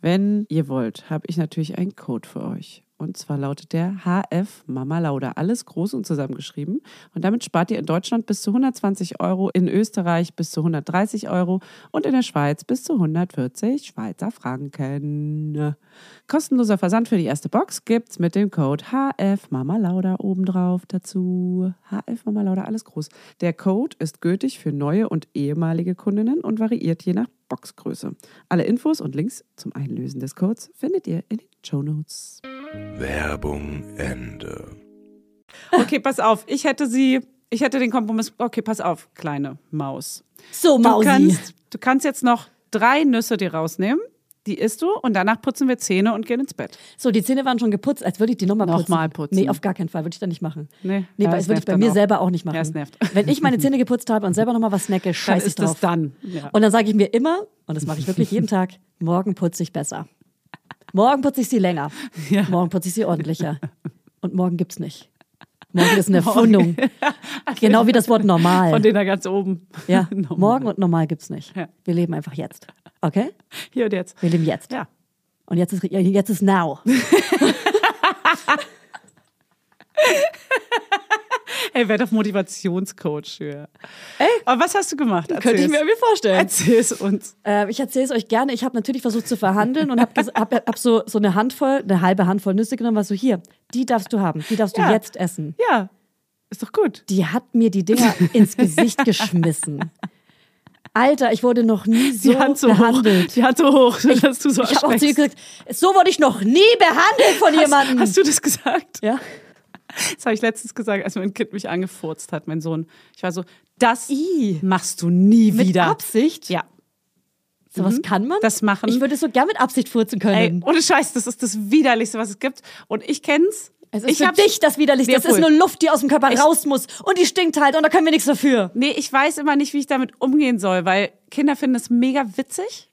wenn ihr wollt, habe ich natürlich einen Code für euch. Und zwar lautet der HF Mama Lauda. Alles groß und zusammengeschrieben. Und damit spart ihr in Deutschland bis zu 120 Euro, in Österreich bis zu 130 Euro und in der Schweiz bis zu 140 Schweizer Franken. Kostenloser Versand für die erste Box gibt's mit dem Code HF Mama Lauda obendrauf dazu. HF Mama Lauda, alles groß. Der Code ist gültig für neue und ehemalige Kundinnen und variiert je nach Boxgröße. Alle Infos und Links zum Einlösen des Codes findet ihr in den Show Notes. Werbung, Ende. Okay, pass auf. Ich hätte sie, ich hätte den Kompromiss. Okay, pass auf, kleine Maus. So, Du Mausi. kannst, du kannst jetzt noch drei Nüsse dir rausnehmen. Die isst du und danach putzen wir Zähne und gehen ins Bett. So, die Zähne waren schon geputzt, als würde ich die nochmal putzen. Nochmal putzen. Nee, auf gar keinen Fall, würde ich da nicht machen. Nee, nee ja, weil das das würde ich nervt bei dann mir auch. selber auch nicht machen. Ja, es nervt. Wenn ich meine Zähne geputzt habe und selber nochmal was snacke, scheiße ich ist das drauf. dann, ja. Und dann sage ich mir immer, und das mache ich wirklich jeden Tag, morgen putze ich besser. Morgen putze ich sie länger. Ja. Morgen putze ich sie ordentlicher. Und morgen gibt's nicht. Morgen ist eine Erfindung. genau wie das Wort normal. Von denen da ganz oben. ja, Nochmal. morgen und normal gibt's nicht. Ja. Wir leben einfach jetzt. Okay? Hier und jetzt. Wir leben jetzt. Ja. Und jetzt ist, jetzt ist now. Ey, werd doch Motivationscoach hier. Ey. Aber was hast du gemacht? Könnte ich mir Erzähl's. irgendwie vorstellen. Erzähl's uns. Äh, ich erzähle es euch gerne. Ich habe natürlich versucht zu verhandeln und habe hab, hab so, so eine Handvoll, eine halbe Handvoll Nüsse genommen, was so hier, die darfst du haben, die darfst Ja. du jetzt essen. Ja. Ist doch gut. Die hat mir die Dinger ins Gesicht geschmissen. Alter, ich wurde noch nie so Die Hand so hoch. behandelt. Die Hand so hoch, dass du so Ich habe auch zu ihr erschreckst. gesagt, so wurde ich noch nie behandelt von jemandem. Hast du das gesagt? ja? Das habe ich letztens gesagt, als mein Kind mich angefurzt hat, mein Sohn. Ich war so, das I. machst du nie Mit wieder. Absicht? Ja. Sowas kann man? Mhm. Das machen. Ich würde so gern mit Absicht furzen Ey, können. ohne Scheiß, das ist das Widerlichste, was es gibt. Und ich kenn's. es ist ich für hab's- dich das Widerlichste. Ja, Das ist voll. nur Luft, die aus dem Körper raus muss. Und die stinkt halt und da können wir nichts dafür. Nee, ich weiß immer nicht, wie ich damit umgehen soll, weil Kinder finden es mega witzig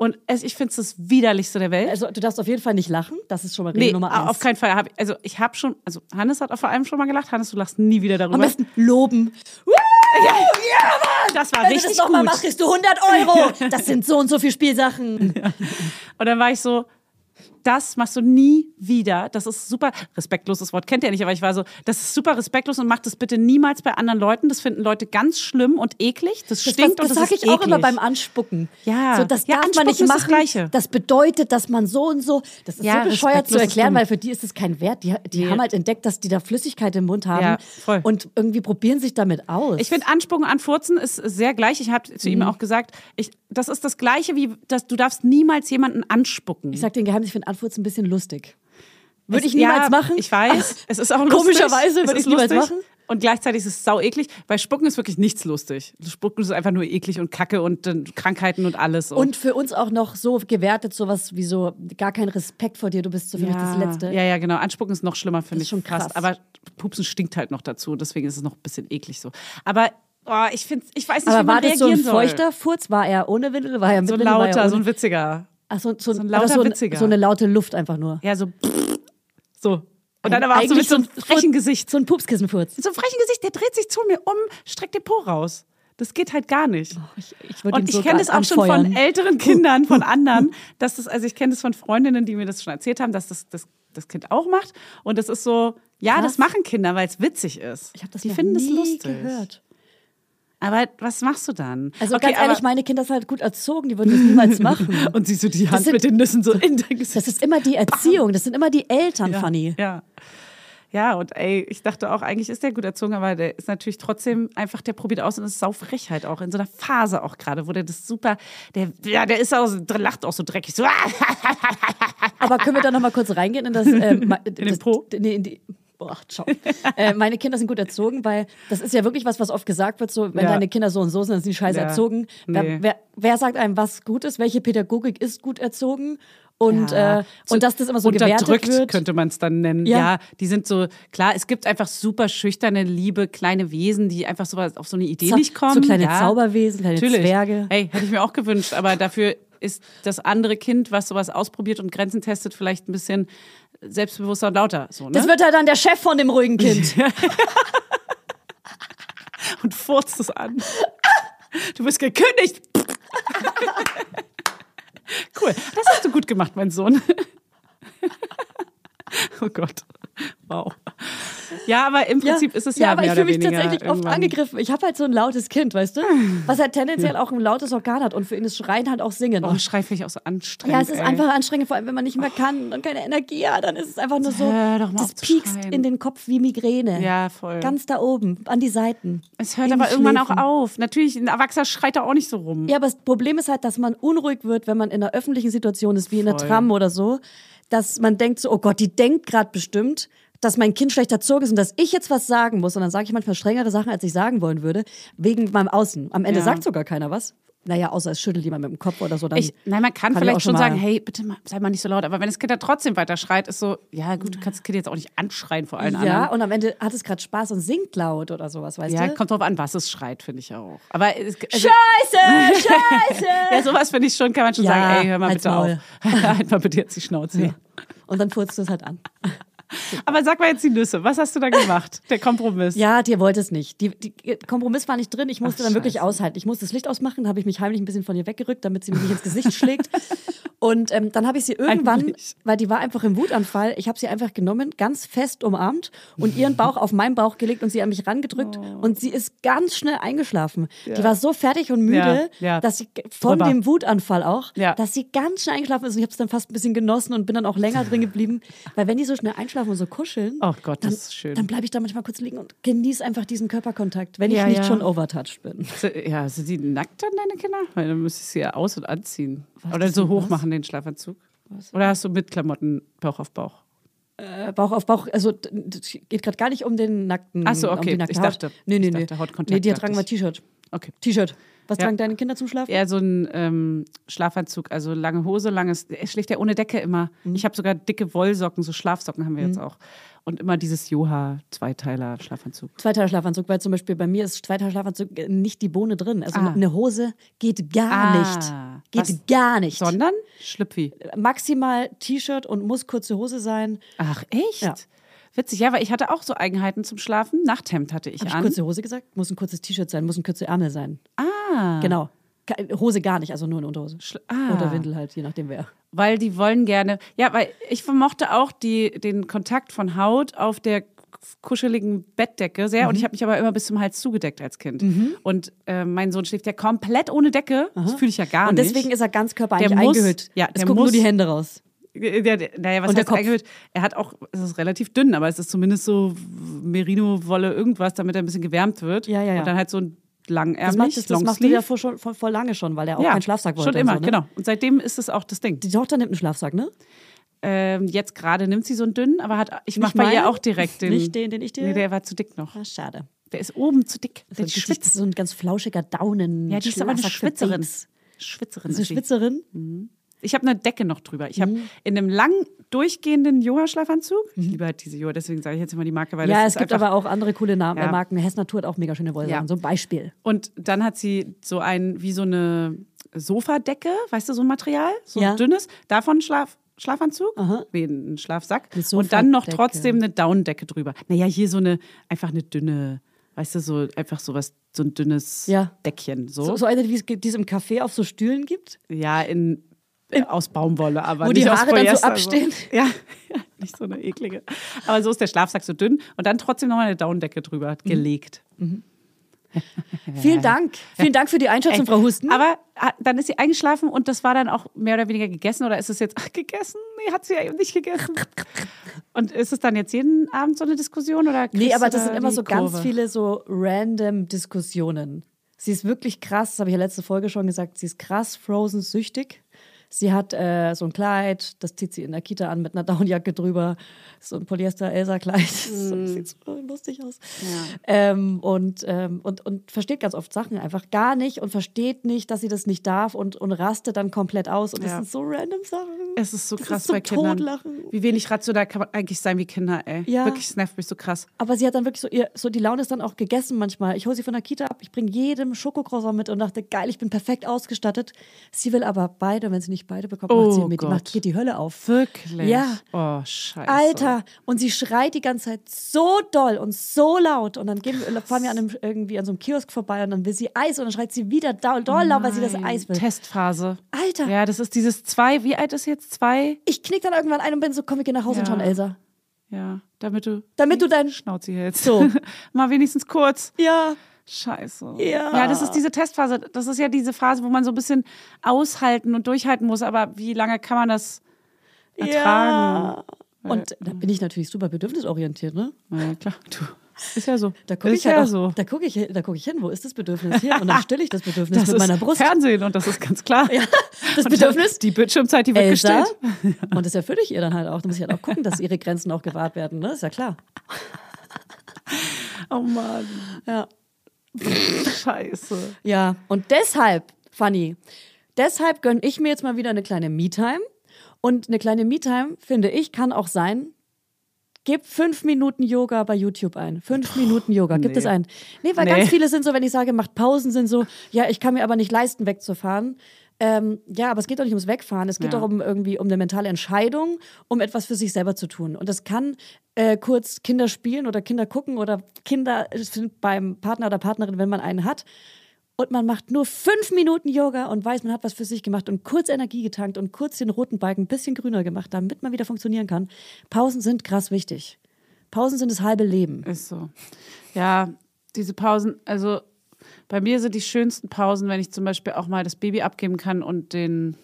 und es, ich finde es das Widerlichste der Welt. Also du darfst auf jeden Fall nicht lachen. Das ist schon mal Regel Nee, ah, Nummer eins. Äh, auf keinen Fall. Hab, ich- also ich habe schon, also Hannes hat vor allem schon mal gelacht. Hannes, du lachst nie wieder darüber. Am besten loben. Uh, ja, Mann! Das war Wenn du richtig das nochmal gut. machst, kriegst du 100 Euro. Das sind so und so viel Spielsachen. Und dann war ich so, das machst du nie wieder. Das ist super respektlos. Das Wort kennt ihr nicht, aber ich war so, das ist super respektlos und mach das bitte niemals bei anderen Leuten. Das finden Leute ganz schlimm und eklig. Das, Das, stinkt und das, das sag ist ich auch eklig. immer beim Anspucken. Ja. So, das Ja, darf Anspucken man nicht ist das machen. Gleiche. Das bedeutet, dass man so und so. Das ist Ja, so bescheuert zu respektlos ist erklären, dumm. weil für die ist es kein Wert. Die, die Nee. haben halt entdeckt, dass die da Flüssigkeit im Mund haben. Ja, voll. Und irgendwie probieren sich damit aus. Ich finde, Anspucken, Anfurzen ist sehr gleich. Ich habe zu ihm auch gesagt, ich, das ist das Gleiche wie, dass du darfst niemals jemanden anspucken. ich sag den Geheimnis, ich finde Anfurz ein bisschen lustig. Würde Es- ich niemals ja, machen. Ich weiß, es ist auch lustig. Komischerweise Es würde ist ich niemals lustig. machen. Und gleichzeitig ist es sau eklig. Bei Spucken ist wirklich nichts lustig. Spucken ist einfach nur eklig und Kacke und äh, Krankheiten und alles. Und für uns auch noch so gewertet, sowas wie so gar kein Respekt vor dir, du bist so für mich das Letzte. Ja, ja, genau. Anspucken ist noch schlimmer, finde Das ist ich. schon krass. Fast. Aber Pupsen stinkt halt noch dazu. Deswegen ist es noch ein bisschen eklig so. Aber oh, ich, find, ich weiß nicht, wie Aber man war das so ein reagieren soll. feuchter Furz? War er ohne Windel? War er mit So ein Windel? war lauter, er so ohne... ein witziger. Ach, so, so, so ein aber lauter so, Witziger. so eine laute Luft einfach nur. Ja, so. So. Und dann aber auch so mit Eigentlich so einem ein frechen Furz- Gesicht. So ein Pupskissenfurz. Mit so einem frechen Gesicht, der dreht sich zu mir um, streckt den Po raus. Das geht halt gar nicht. Ich, ich würde ihn Und so ich kenne das auch schon von anfeuern. Uh. älteren Kindern, von anderen, dass das, also ich kenne das von Freundinnen, die mir das schon erzählt haben, dass das, das, das Kind auch macht. Und das ist so, ja, Krass. das machen Kinder, weil es witzig ist. Ich habe das die noch finden nie das lustig. gehört. Aber was machst du dann? Also Okay, ganz ehrlich, aber- meine Kinder sind halt gut erzogen, die würden das niemals machen. Und siehst du die Hand sind- mit den Nüssen so in dein Gesicht. Das ist immer die Erziehung, das sind immer die Eltern, ja, Fanny. Ja. Ja, und ey, ich dachte auch, eigentlich ist der gut erzogen, aber der ist natürlich trotzdem einfach, der probiert aus und ist saufrech halt auch in so einer Phase auch gerade, wo der das super, der, ja, der ist auch, so- der lacht auch so dreckig, so, ah, Aber können wir da noch mal kurz reingehen in das. Ähm, in das, Po? Nee, in die. Boah, ciao. äh, meine Kinder sind gut erzogen, weil das ist ja wirklich was, was oft gesagt wird: so, wenn Ja. deine Kinder so und so sind, dann sind die scheiße Ja. erzogen. Nee. Wer, wer, wer sagt einem, was gut ist? Welche Pädagogik ist gut erzogen? Und, Ja. äh, und dass das immer so unterdrückt gewertet wird. könnte man es dann nennen. Ja. Ja. die sind so klar. Es gibt einfach super schüchterne, liebe kleine Wesen, die einfach sowas auf so eine Idee Zau- eh nicht kommen. so kleine ja. ne? Zauberwesen, kleine Zwerge. Hey, hätte ich mir auch gewünscht, aber dafür ist das andere Kind, was sowas ausprobiert und Grenzen testet, vielleicht ein bisschen selbstbewusster und lauter. So, ne? Das wird halt dann der Chef von dem ruhigen Kind. und furzt es an. Du bist gekündigt. Cool, das hast du gut gemacht, mein Sohn. Oh Gott, wow. Ja, aber im Prinzip ist es ja, aber mehr ich fühle oder mich weniger tatsächlich oft irgendwann- angegriffen. Ich habe halt so ein lautes Kind, weißt du? Was halt tendenziell auch ein lautes Organ hat und für ihn ist Schreien halt auch Singen. Oh, schrei finde ich auch so anstrengend. Ja, es ist ey. Oh. einfach anstrengend, vor allem wenn man nicht mehr kann und keine Energie hat, dann ist es einfach nur so, Hör doch mal das auf zu piekst schreien. in den Kopf wie Migräne. Ja, voll. Ganz da oben, an die Seiten. es hört in die aber irgendwann auch Schläfen. auf. Natürlich, ein Erwachsener schreit da auch nicht so rum. Ja, aber das Problem ist halt, dass man unruhig wird, wenn man in einer öffentlichen Situation ist, wie in einer Voll. Tram oder so, dass man denkt so, oh Gott, die denkt gerade bestimmt, dass mein Kind schlecht erzogen ist und dass ich jetzt was sagen muss. Und dann sage ich manchmal strengere Sachen, als ich sagen wollen würde, wegen meinem Außen. Am Ende Ja. sagt sogar keiner was. Naja, außer es schüttelt jemand mit dem Kopf oder so. Dann Ich, nein, man kann Hab ich auch vielleicht schon schon sagen, mal- hey, bitte mal, sei mal nicht so laut. Aber wenn das Kind dann trotzdem weiter schreit, ist so, ja gut, du kannst das Kind jetzt auch nicht anschreien vor allen anderen. ja, und am Ende hat es gerade Spaß und singt laut oder sowas, weißt Ja, du? kommt drauf an, was es schreit, finde ich auch. Aber es, also, Scheiße, Scheiße! ja, sowas finde ich schon, kann man schon Ja, sagen, ey, hör mal halt's bitte Maul. auf. halt mal bitte jetzt die Schnauze. hier. Und dann furzt du es halt an. Aber sag mal jetzt die Nüsse, was hast du da gemacht? Der Kompromiss. Ja, dir wollte es nicht. Die, die Kompromiss war nicht drin. Ich musste Ach, dann wirklich scheiße. aushalten. Ich musste das Licht ausmachen, habe ich mich heimlich ein bisschen von ihr weggerückt, damit sie mir nicht ins Gesicht schlägt. Und ähm, dann habe ich sie irgendwann, Heimlich. weil die war einfach im Wutanfall, ich habe sie einfach genommen, ganz fest umarmt und ihren Bauch auf meinen Bauch gelegt und sie an mich rangedrückt. Oh. Und sie ist ganz schnell eingeschlafen. Die war so fertig und müde, Ja, ja. dass sie ge- von Drüber. dem Wutanfall auch, Ja. dass sie ganz schnell eingeschlafen ist. Und ich habe es dann fast ein bisschen genossen und bin dann auch länger drin geblieben. Weil wenn die so schnell einschlafen und so kuscheln, Oh Gott, das dann, ist schön. Dann bleibe ich da manchmal kurz liegen und genieße einfach diesen Körperkontakt, wenn Ja, ich nicht ja. schon overtouched bin. Ja, sind die nackt dann, deine Kinder? Weil dann müsstest du ja aus- und anziehen. Oder so hoch machen, den Schlafanzug. Oder hast du mit Klamotten Bauch auf Bauch? Äh, Bauch auf Bauch, also d- d- geht gerade gar nicht um den nackten. Ach so, um okay. die nackte Ich Haut. dachte- nee, nee, ich nee. dachte, Hautkontakt nee, die dachte tragen mal T-Shirt. Okay. T-Shirt. Was Ja. tragen deine Kinder zum Schlafen? Eher so ein ähm, Schlafanzug, also lange Hose, langes. Er schläft ja ohne Decke immer. Mhm. Ich habe sogar dicke Wollsocken, so Schlafsocken haben wir jetzt auch. Und immer dieses Joha-Zweiteiler-Schlafanzug. Zweiter Schlafanzug, weil zum Beispiel bei mir ist zweiter Schlafanzug äh, nicht die Bohne drin. Also Ah. eine Hose geht gar Ah. nicht. Geht Was? gar nicht. Sondern Schlüppi. Maximal T-Shirt und muss kurze Hose sein. Ach, echt? Ja. Witzig, ja, weil ich hatte auch so Eigenheiten zum Schlafen. Nachthemd hatte ich Hab ich an. kurze Hose gesagt? Muss ein kurzes T-Shirt sein, muss ein kurzer Ärmel sein. ah, Genau. Ke- Hose gar nicht, also nur eine Unterhose. ah. Oder Windel halt, je nachdem wer. weil die wollen gerne. Ja, weil ich vermochte auch die, den Kontakt von Haut auf der kuscheligen Bettdecke sehr und Mhm. ich habe mich aber immer bis zum Hals zugedeckt als Kind. Und äh, mein Sohn schläft ja komplett ohne Decke. Das fühle ich ja gar Und Ah, nicht. deswegen ist er ganz Körper Der eigentlich muss- eingehüllt. ja, es der gucken nur muss- die Hände raus. Äh, Der, der, naja, was Und der heißt Kopf. eingehüllt? Er hat auch, es ist relativ dünn, aber es ist zumindest so Merino-Wolle irgendwas, damit er ein bisschen gewärmt wird. Ja, ja, ja. Und dann halt so ein Das, langärmlich, macht, das, das macht er Longsleeve. ja vor, schon, vor, vor lange schon, weil er auch keinen Schlafsack wollte. Schon und immer, so, ne? genau. Und seitdem ist es auch das Ding. Die Tochter nimmt einen Schlafsack, ne? Ähm, jetzt gerade nimmt sie so einen dünnen, aber hat, ich mache Nicht bei meinen? ihr auch direkt den. Nicht den, den ich dir- Nee, der war zu dick noch. Ah, schade. Der ist oben zu dick. Der So ein die richtig- schwitzt. So ein ganz flauschiger Daunen. Ja, die ist aber eine Schlafsack für Schwitzerin. Babys. Schwitzerin. Ist Mhm. eine Ist sie. Schwitzerin? Ich habe eine Decke noch drüber. Ich habe in einem langen, durchgehenden Joa-Schlafanzug. Ich liebe halt diese Joa, deswegen sage ich jetzt immer die Marke, weil Mhm. Ja, das es ist gibt einfach aber auch andere coole Namen, Ja. Marken. Hess Natur hat auch mega schöne Wollsachen. Ja. So ein Beispiel. Und dann hat sie so ein, wie so eine Sofadecke, weißt du, so ein Material, so Ja. ein dünnes, davon ein Schlaf, Schlafanzug, nee, ein Schlafsack. Eine Und dann noch Sofadecke. trotzdem eine Daunendecke drüber. Naja, hier so eine, einfach eine dünne, weißt du, so einfach so was, so ein dünnes Ja. Deckchen. So. So, so eine, wie es gibt- die es im Café auf so Stühlen gibt. Ja, in, äh, aus Baumwolle, aber Wo die nicht aus Haare dann so Polyester, abstehen. Ja, ja, nicht so eine eklige. Aber so ist der Schlafsack so dünn und dann trotzdem nochmal eine Daunendecke drüber Mhm. gelegt. Vielen Dank. Vielen Dank für die Einschätzung, Frau Husten. Aber ah, dann ist sie eingeschlafen und das war dann auch mehr oder weniger gegessen oder ist es jetzt ach, gegessen? Nee, hat sie ja eben nicht gegessen. Und ist es dann jetzt jeden Abend so eine Diskussion oder kriegst Nee, aber du das da sind immer die so ganz Kurve? viele so random Diskussionen. Sie ist wirklich krass, das habe ich ja letzte Folge schon gesagt, sie ist krass Frozen-süchtig. Sie hat äh, so ein Kleid, das zieht sie in der Kita an mit einer Downjacke drüber, so ein Polyester-Elsa-Kleid. So, Mm. das sieht so lustig aus. Ähm, und, ähm, und, und versteht ganz oft Sachen einfach gar nicht und versteht nicht, dass sie das nicht darf und, und rastet dann komplett aus. Und das Ja. sind so random Sachen. Es ist so Das krass ist zum bei Kindern. Totlachen. Wie wenig rational kann man eigentlich sein wie Kinder, ey. Ja. Wirklich, es nervt mich so krass. Aber sie hat dann wirklich so, ihr, so die Laune ist dann auch gegessen manchmal. Ich hole sie von der Kita ab, ich bringe jedem Schokocroissant mit und dachte, geil, ich bin perfekt ausgestattet. Sie will aber beide, und wenn sie nicht beide bekommt, macht Oh sie mit, die Gott. macht, geht die Hölle auf. Wirklich? Ja. Oh, scheiße. Alter, und sie schreit die ganze Zeit so doll und so laut. Und dann gehen, wir- fahren wir an einem, irgendwie an so einem Kiosk vorbei und dann will sie Eis und dann schreit sie wieder doll, doll laut, weil sie das Nein, Eis will. Testphase. Alter. Ja, das ist dieses zwei, wie alt ist jetzt? Zwei? Ich knick dann irgendwann ein und bin so, komm, wir gehen nach Hause und Ja. schauen, Elsa. Ja, damit du Damit du dein. Schnauze hältst. So. Mal wenigstens kurz. Ja. Scheiße. Ja. ja, das ist diese Testphase. Das ist ja diese Phase, wo man so ein bisschen aushalten und durchhalten muss. Aber wie lange kann man das ertragen? Ja. Und da bin ich natürlich super bedürfnisorientiert, ne? Ja. klar, du. Ist ja so. Da gucke ist ich, halt ja auch- so. da guck ich, hin- da guck ich hin, wo ist das Bedürfnis hier? Und dann stille ich das Bedürfnis Das mit ist meiner Brust. Fernsehen und das ist ganz klar. Ja, das Und Bedürfnis? Die Bildschirmzeit, die wird Elsa. gestellt. Und das erfülle ich ihr dann halt auch. Da muss ich halt auch gucken, dass ihre Grenzen auch gewahrt werden. Ne? Ist ja klar. Oh Mann, Ja. scheiße. ja. Und deshalb funny. Deshalb gönne ich mir jetzt mal wieder eine kleine Me-Time. Und eine kleine Me-Time, finde ich, kann auch sein, gib fünf Minuten Yoga bei YouTube ein. Fünf Minuten Yoga, gibt nee. es ein. Nee, weil Nee. ganz viele sind so, wenn ich sage, macht Pausen, sind so, ja, ich kann mir aber nicht leisten, wegzufahren. Ähm, ja, aber es geht doch nicht ums Wegfahren. Es geht Ja. doch um irgendwie um eine mentale Entscheidung, um etwas für sich selber zu tun. Und das kann äh, kurz Kinder spielen oder Kinder gucken oder Kinder sind beim Partner oder Partnerin, wenn man einen hat. Und man macht nur fünf Minuten Yoga und weiß, man hat was für sich gemacht und kurz Energie getankt und kurz den roten Balken ein bisschen grüner gemacht, damit man wieder funktionieren kann. Pausen sind krass wichtig. Pausen sind das halbe Leben. Ist so. Ja, diese Pausen, also bei mir sind die schönsten Pausen, wenn ich zum Beispiel auch mal das Baby abgeben kann und den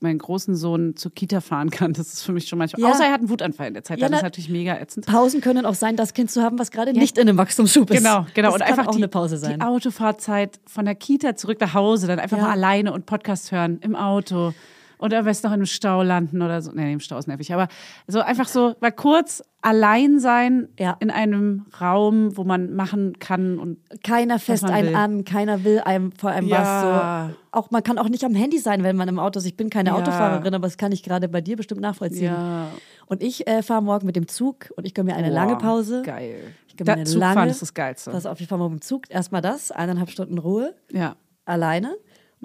meinen großen Sohn zur Kita fahren kann. Das ist für mich schon manchmal. Ja. Außer er hat einen Wutanfall in der Zeit, Ja, dann ist na- natürlich mega ätzend. Pausen können auch sein, das Kind zu haben, was gerade nicht in einem Wachstumsschub ist. Genau, genau. Das und kann einfach auch die, eine Pause sein. die Autofahrzeit von der Kita zurück nach Hause, dann einfach Ja. mal alleine und Podcast hören im Auto. Oder am besten noch in einem Stau landen oder so. Nee, im Stau ist nervig. Aber so einfach so mal kurz allein sein Ja. in einem Raum, wo man machen kann und keiner fest man einen will. an, keiner will einem vor einem Ja. was. So. Auch man kann auch nicht am Handy sein, wenn man im Auto ist. Ich bin keine Ja. Autofahrerin, aber das kann ich gerade bei dir bestimmt nachvollziehen. Ja. Und ich äh, fahre morgen mit dem Zug und ich gönne mir eine lange Boah, Pause. Geil. Ich gönne Da- mir eine Zugfahren lange, ist das Geilste. Pass auf, ich fahre morgen mit dem Zug. Erstmal das, eineinhalb Stunden Ruhe, ja. alleine. Mhm.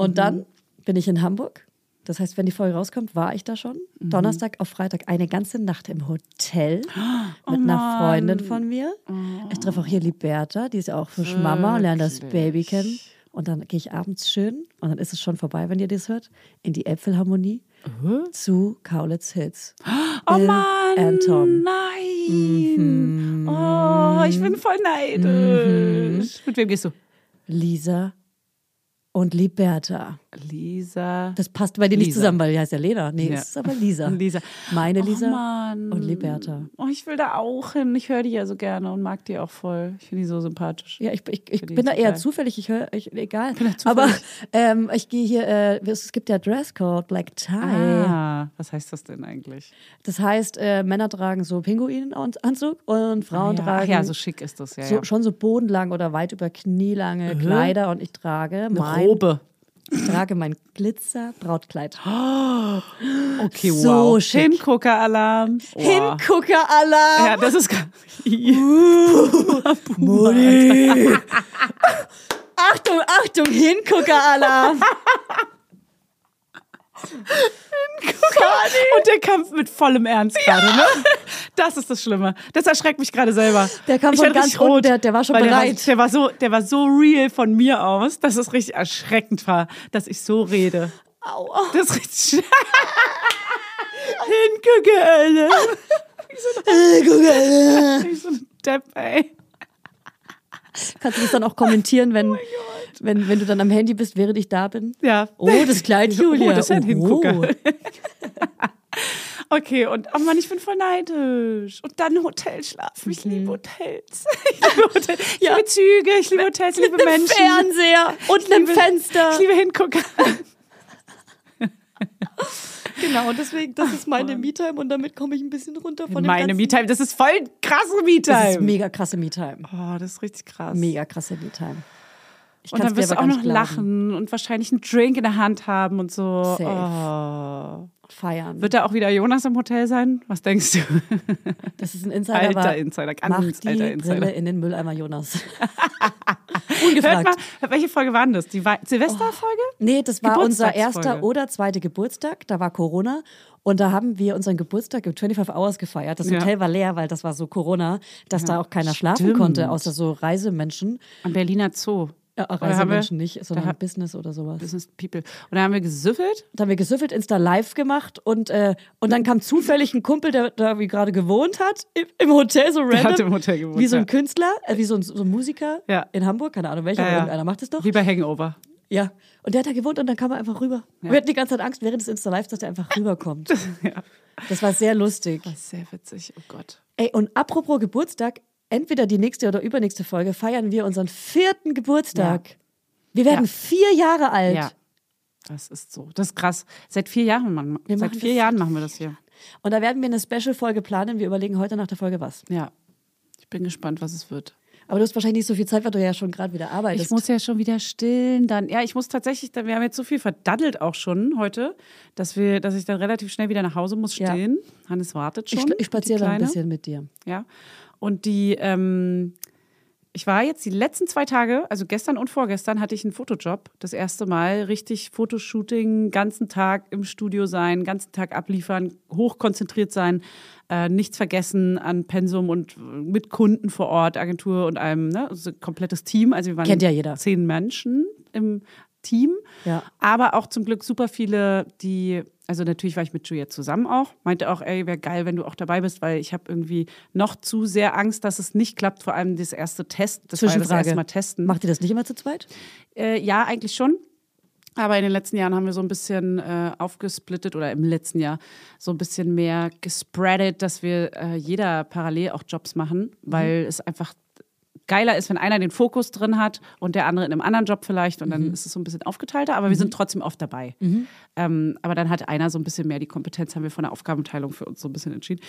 Und dann bin ich in Hamburg. Das heißt, wenn die Folge rauskommt, war ich da schon. Mhm. Donnerstag auf Freitag eine ganze Nacht im Hotel Oh mit einer Freundin von mir. Ich treffe auch hier Liberta, die ist ja auch frisch Mama und lerne das Baby kennen. Und dann gehe ich abends schön, und dann ist es schon vorbei, wenn ihr das hört, in die Äpfelharmonie zu Kaulitz Hills. Äh? Oh Bill Mann, and Tom. nein. Mhm. Oh, ich bin voll neidisch. Mit wem gehst du? Lisa und Liberta. Lisa. Das passt bei dir nicht Lisa. zusammen, weil die heißt ja Lena. Nee, Ja. es ist aber Lisa. Lisa. Meine Lisa oh Mann. und Liberta. Oh, ich will da auch hin. Ich höre die ja so gerne und mag die auch voll. Ich finde die so sympathisch. Ja, ich, ich, ich Für die bin da ist eher egal. zufällig, ich höre, ich, egal. Aber zufällig. ähm, ich gehe hier, äh, es gibt ja Dresscode, Black Tie. Ah, was heißt das denn eigentlich? Das heißt, äh, Männer tragen so Pinguinenanzug und Frauen Ah, ja, ach tragen ja, so schick ist das ja. so- ja. Mhm. schon so bodenlang oder weit über knielange Kleider und ich trage mein, Robe. ich trage mein Glitzer-Brautkleid. Okay, So wow. schick. Hingucker-Alarm. Wow. Hingucker-Alarm! Ja, das ist. gar- Mutti! Achtung, Achtung, Hingucker-Alarm! Und der Kampf mit vollem Ernst gerade, ne? Das ist das Schlimme. Das erschreckt mich gerade selber. Der kam Ich von werd ganz richtig unten, der- der war schon weil bereit. Der war, der, war so, der war so real von mir aus, dass es richtig erschreckend war, dass ich so rede. Aua. Das ist richtig. Hingucke, Alter. Hingucker-Alarm! Ich so ein Depp, ey. Kannst du das dann auch kommentieren, wenn, wenn, wenn du dann am Handy bist, während ich da bin? Oh Ja. Oh, das Kleid, Julia. Oh, das ist ja ein Oh. Hingucker. Okay, und oh Mann, ich bin voll neidisch. Und dann Hotelschlaf. Ich liebe Hotels. Ich liebe, Hotel, ich Ja. liebe Züge, ich liebe Hotels, ich liebe Ein Menschen. Fernseher und ein Fenster. Ich liebe Hingucker. Genau, deswegen, das ist meine Me-Time und damit komme ich ein bisschen runter von Meine dem ganzen- Me-Time, das ist voll krasse Me-Time. Das ist mega krasse Me-Time. oh, das ist richtig krass. Mega krasse Me-Time. Ich Und kann's dann wirst mir aber du auch gar noch nicht glauben. lachen und wahrscheinlich einen Drink in der Hand haben und so. Safe. Oh. Feiern. Wird da auch wieder Jonas im Hotel sein? Was denkst du? das ist ein Insider. Alter aber Insider, ganz Mach die alter Insider. Brille in den Mülleimer, Jonas. Hört mal, Ungefragt. welche Folge waren das? Die Wei- Silvesterfolge? Nee, das war unser Geburtstagsfolge. erster oder zweiter Geburtstag. Da war Corona. Und da haben wir unseren Geburtstag im 25 Hours gefeiert. Das Ja. Hotel war leer, weil das war so Corona, dass da auch keiner schlafen stimmt. konnte, außer so Reisemenschen. Am Berliner Zoo. Äh, Oder haben wir- Reisemenschen nicht, sondern da hab- Business oder sowas. Business People. Und da haben wir gesüffelt. Da haben wir gesüffelt, Insta live gemacht und, äh, und dann kam zufällig ein Kumpel, der da irgendwie gerade gewohnt hat, im, im Hotel, so random. hat im Hotel gewohnt, Wie so ein ja. Künstler, äh, wie so ein, so ein Musiker Ja. in Hamburg, keine Ahnung welcher, Ja, aber ja. irgendeiner macht es doch. Wie bei Hangover. Ja. Und der hat da gewohnt und dann kam er einfach rüber. Wir hatten die ganze Zeit Angst während des Insta Live, dass der einfach rüberkommt. ja. Das war sehr lustig. Sehr witzig, oh Gott. Ey, und apropos Geburtstag, entweder die nächste oder übernächste Folge feiern wir unseren vierten Geburtstag. Wir werden Ja. vier Jahre alt. Ja. Das ist so. Das ist krass. Seit vier Jahren, Mann. Wir Seit machen vier das- Jahren machen wir das hier. Und da werden wir eine Special Folge planen. Wir überlegen heute nach der Folge was. Ja. Ich bin gespannt, was es wird. Aber du hast wahrscheinlich nicht so viel Zeit, weil du ja schon gerade wieder arbeitest. Ich muss ja schon wieder stillen dann. Ja, ich muss tatsächlich, wir haben jetzt so viel verdaddelt auch schon heute, dass, wir, dass ich dann relativ schnell wieder nach Hause muss Ja. stillen. Hannes wartet schon. ich, ich die spaziere dann ein Kleine. bisschen mit dir. Ja. Und die, ähm, ich war jetzt die letzten zwei Tage, also gestern und vorgestern, hatte ich einen Fotojob. Das erste Mal richtig Fotoshooting, ganzen Tag im Studio sein, ganzen Tag abliefern, hochkonzentriert sein, äh, nichts vergessen an Pensum und äh, mit Kunden vor Ort, Agentur und einem, ne, also komplettes Team. Also wir waren Kennt ja jeder. zehn Menschen im Team. Ja. Aber auch zum Glück super viele, die, also natürlich war ich mit Juliette zusammen auch, meinte auch, ey, wäre geil, wenn du auch dabei bist, weil ich habe irgendwie noch zu sehr Angst, dass es nicht klappt, vor allem das erste Test, das war ja das erste Mal testen. Macht ihr das nicht immer zu zweit? Äh, ja, eigentlich schon. Aber in den letzten Jahren haben wir so ein bisschen äh, aufgesplittet oder im letzten Jahr so ein bisschen mehr gespreadet, dass wir äh, jeder parallel auch Jobs machen, weil es einfach geiler ist, wenn einer den Fokus drin hat und der andere in einem anderen Job vielleicht und dann ist es so ein bisschen aufgeteilter, aber wir sind trotzdem oft dabei. Ähm, aber dann hat einer so ein bisschen mehr die Kompetenz, haben wir von der Aufgabenteilung für uns so ein bisschen entschieden.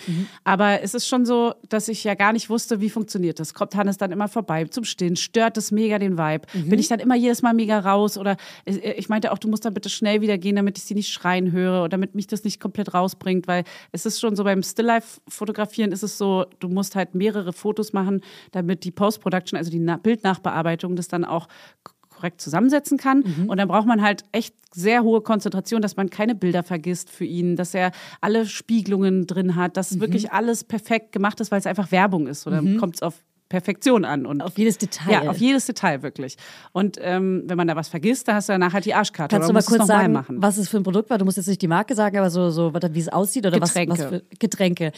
Aber es ist schon so, dass ich ja gar nicht wusste, wie funktioniert das. Kommt Hannes dann immer vorbei zum Stillen? Stört das mega den Vibe? Bin ich dann immer jedes Mal mega raus? Oder äh, ich meinte auch, du musst dann bitte schnell wieder gehen, damit ich sie nicht schreien höre oder damit mich das nicht komplett rausbringt, weil es ist schon so beim Stilllife-Fotografieren ist es so, du musst halt mehrere Fotos machen, damit die Post-Production, also die Na Bildnachbearbeitung, das dann auch k- korrekt zusammensetzen kann. Und dann braucht man halt echt sehr hohe Konzentration, dass man keine Bilder vergisst für ihn, dass er alle Spiegelungen drin hat, dass wirklich alles perfekt gemacht ist, weil es einfach Werbung ist. Oder kommt es auf Perfektion an. Und Auf jedes Detail. Ja, auf jedes Detail wirklich. Und ähm, wenn man da was vergisst, dann hast du danach halt die Arschkarte. Kannst oder du mal musst es kurz nochmal sagen, machen. was es für ein Produkt war? Du musst jetzt nicht die Marke sagen, aber so, so was- wie es aussieht oder Was, was Getränke. für Getränke.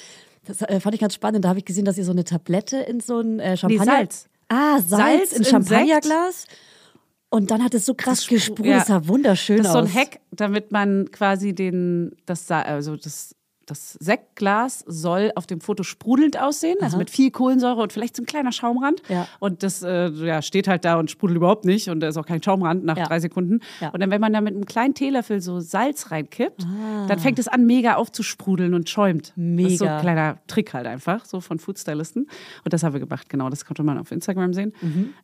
Das äh, fand ich ganz spannend. Da habe ich gesehen, dass ihr so eine Tablette in so ein äh, Champagner... Salz. Ah, Salz, Salz in in Champagnerglas. Und dann hat es so krass spru- gesprüht. ja. Das sah wunderschön Das ist so aus. ein Hack, damit man quasi den, das, Sa- also das, das Sektglas soll auf dem Foto sprudelnd aussehen, also mit viel Kohlensäure und vielleicht so ein kleiner Schaumrand. Ja. Und das äh, ja, steht halt da und sprudelt überhaupt nicht und da ist auch kein Schaumrand nach Ja. drei Sekunden. Ja. Und dann, wenn man da mit einem kleinen Teelöffel so Salz reinkippt, dann fängt es an, mega aufzusprudeln und schäumt. Das ist so Ah. Mega. ein kleiner Trick halt einfach, so von Foodstylisten. Und das haben wir gemacht, genau. Das konnte man auf Instagram sehen.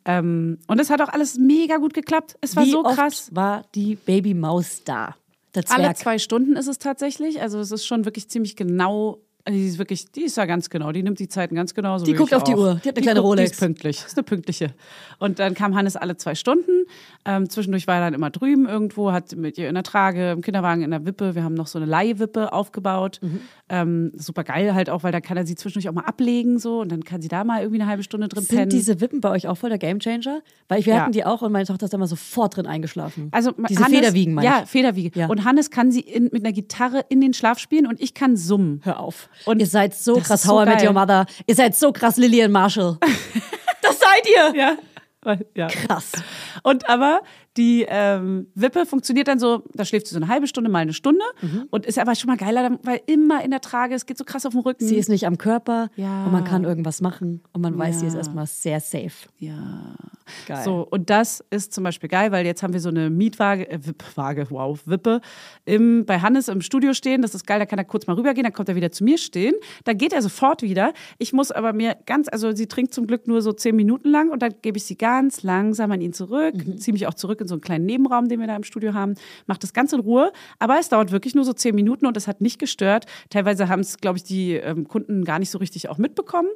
Ähm, und es hat auch alles mega gut geklappt. Es war Mhm. wie so oft krass. war die Babymaus da? Der Zwerg. Alle zwei Stunden ist es tatsächlich. Also es ist schon wirklich ziemlich genau. Die ist wirklich, die ist ja ganz genau, die nimmt die Zeiten ganz genau. So Die wie guckt ich auf die auch. Uhr. Die hat eine kleine guckt- Die Rolex. ist pünktlich, ist eine pünktliche. Und dann kam Hannes alle zwei Stunden. Ähm, zwischendurch war er dann immer drüben irgendwo, hat mit ihr in der Trage, im Kinderwagen, in der Wippe. Wir haben noch so eine Leihwippe aufgebaut. Mhm. Ähm, super geil halt auch, weil da kann er sie zwischendurch auch mal ablegen so und dann kann sie da mal irgendwie eine halbe Stunde drin pennen. Sind diese Wippen bei euch auch voll der Gamechanger? Weil wir Ja. hatten die auch und meine Tochter ist da immer sofort drin eingeschlafen. Also Diese Hannes, Federwiegen, meine Ja, ich. Federwiege. Ja. Und Hannes kann sie in, mit einer Gitarre in den Schlaf spielen und ich kann summen. Hör auf. Und Und ihr seid so das krass ist so How I Met geil. Your Mother. Ihr seid so krass Lillian Marshall. das seid ihr. Ja. ja. Krass. Und aber die ähm, Wippe funktioniert dann so, da schläft sie so eine halbe Stunde, mal eine Stunde Mhm. und ist aber schon mal geiler, weil immer in der Trage, es geht so krass auf den Rücken. Sie ist nicht am Körper Ja. und man kann irgendwas machen und man weiß, sie ist Ja. erstmal sehr safe. ja. Geil. So, und das ist zum Beispiel geil, weil jetzt haben wir so eine Mietwaage, äh, Wippwaage, wow, Wippe, im, bei Hannes im Studio stehen. Das ist geil, da kann er kurz mal rübergehen, dann kommt er wieder zu mir stehen. Dann geht er sofort wieder. Ich muss aber mir ganz, also sie trinkt zum Glück nur so zehn Minuten lang und dann gebe ich sie ganz langsam an ihn zurück, Mhm. ziehe mich auch zurück in so einen kleinen Nebenraum, den wir da im Studio haben, mache das ganz in Ruhe. Aber es dauert wirklich nur so zehn Minuten und das hat nicht gestört. Teilweise haben es, glaube ich, die ähm, Kunden gar nicht so richtig auch mitbekommen.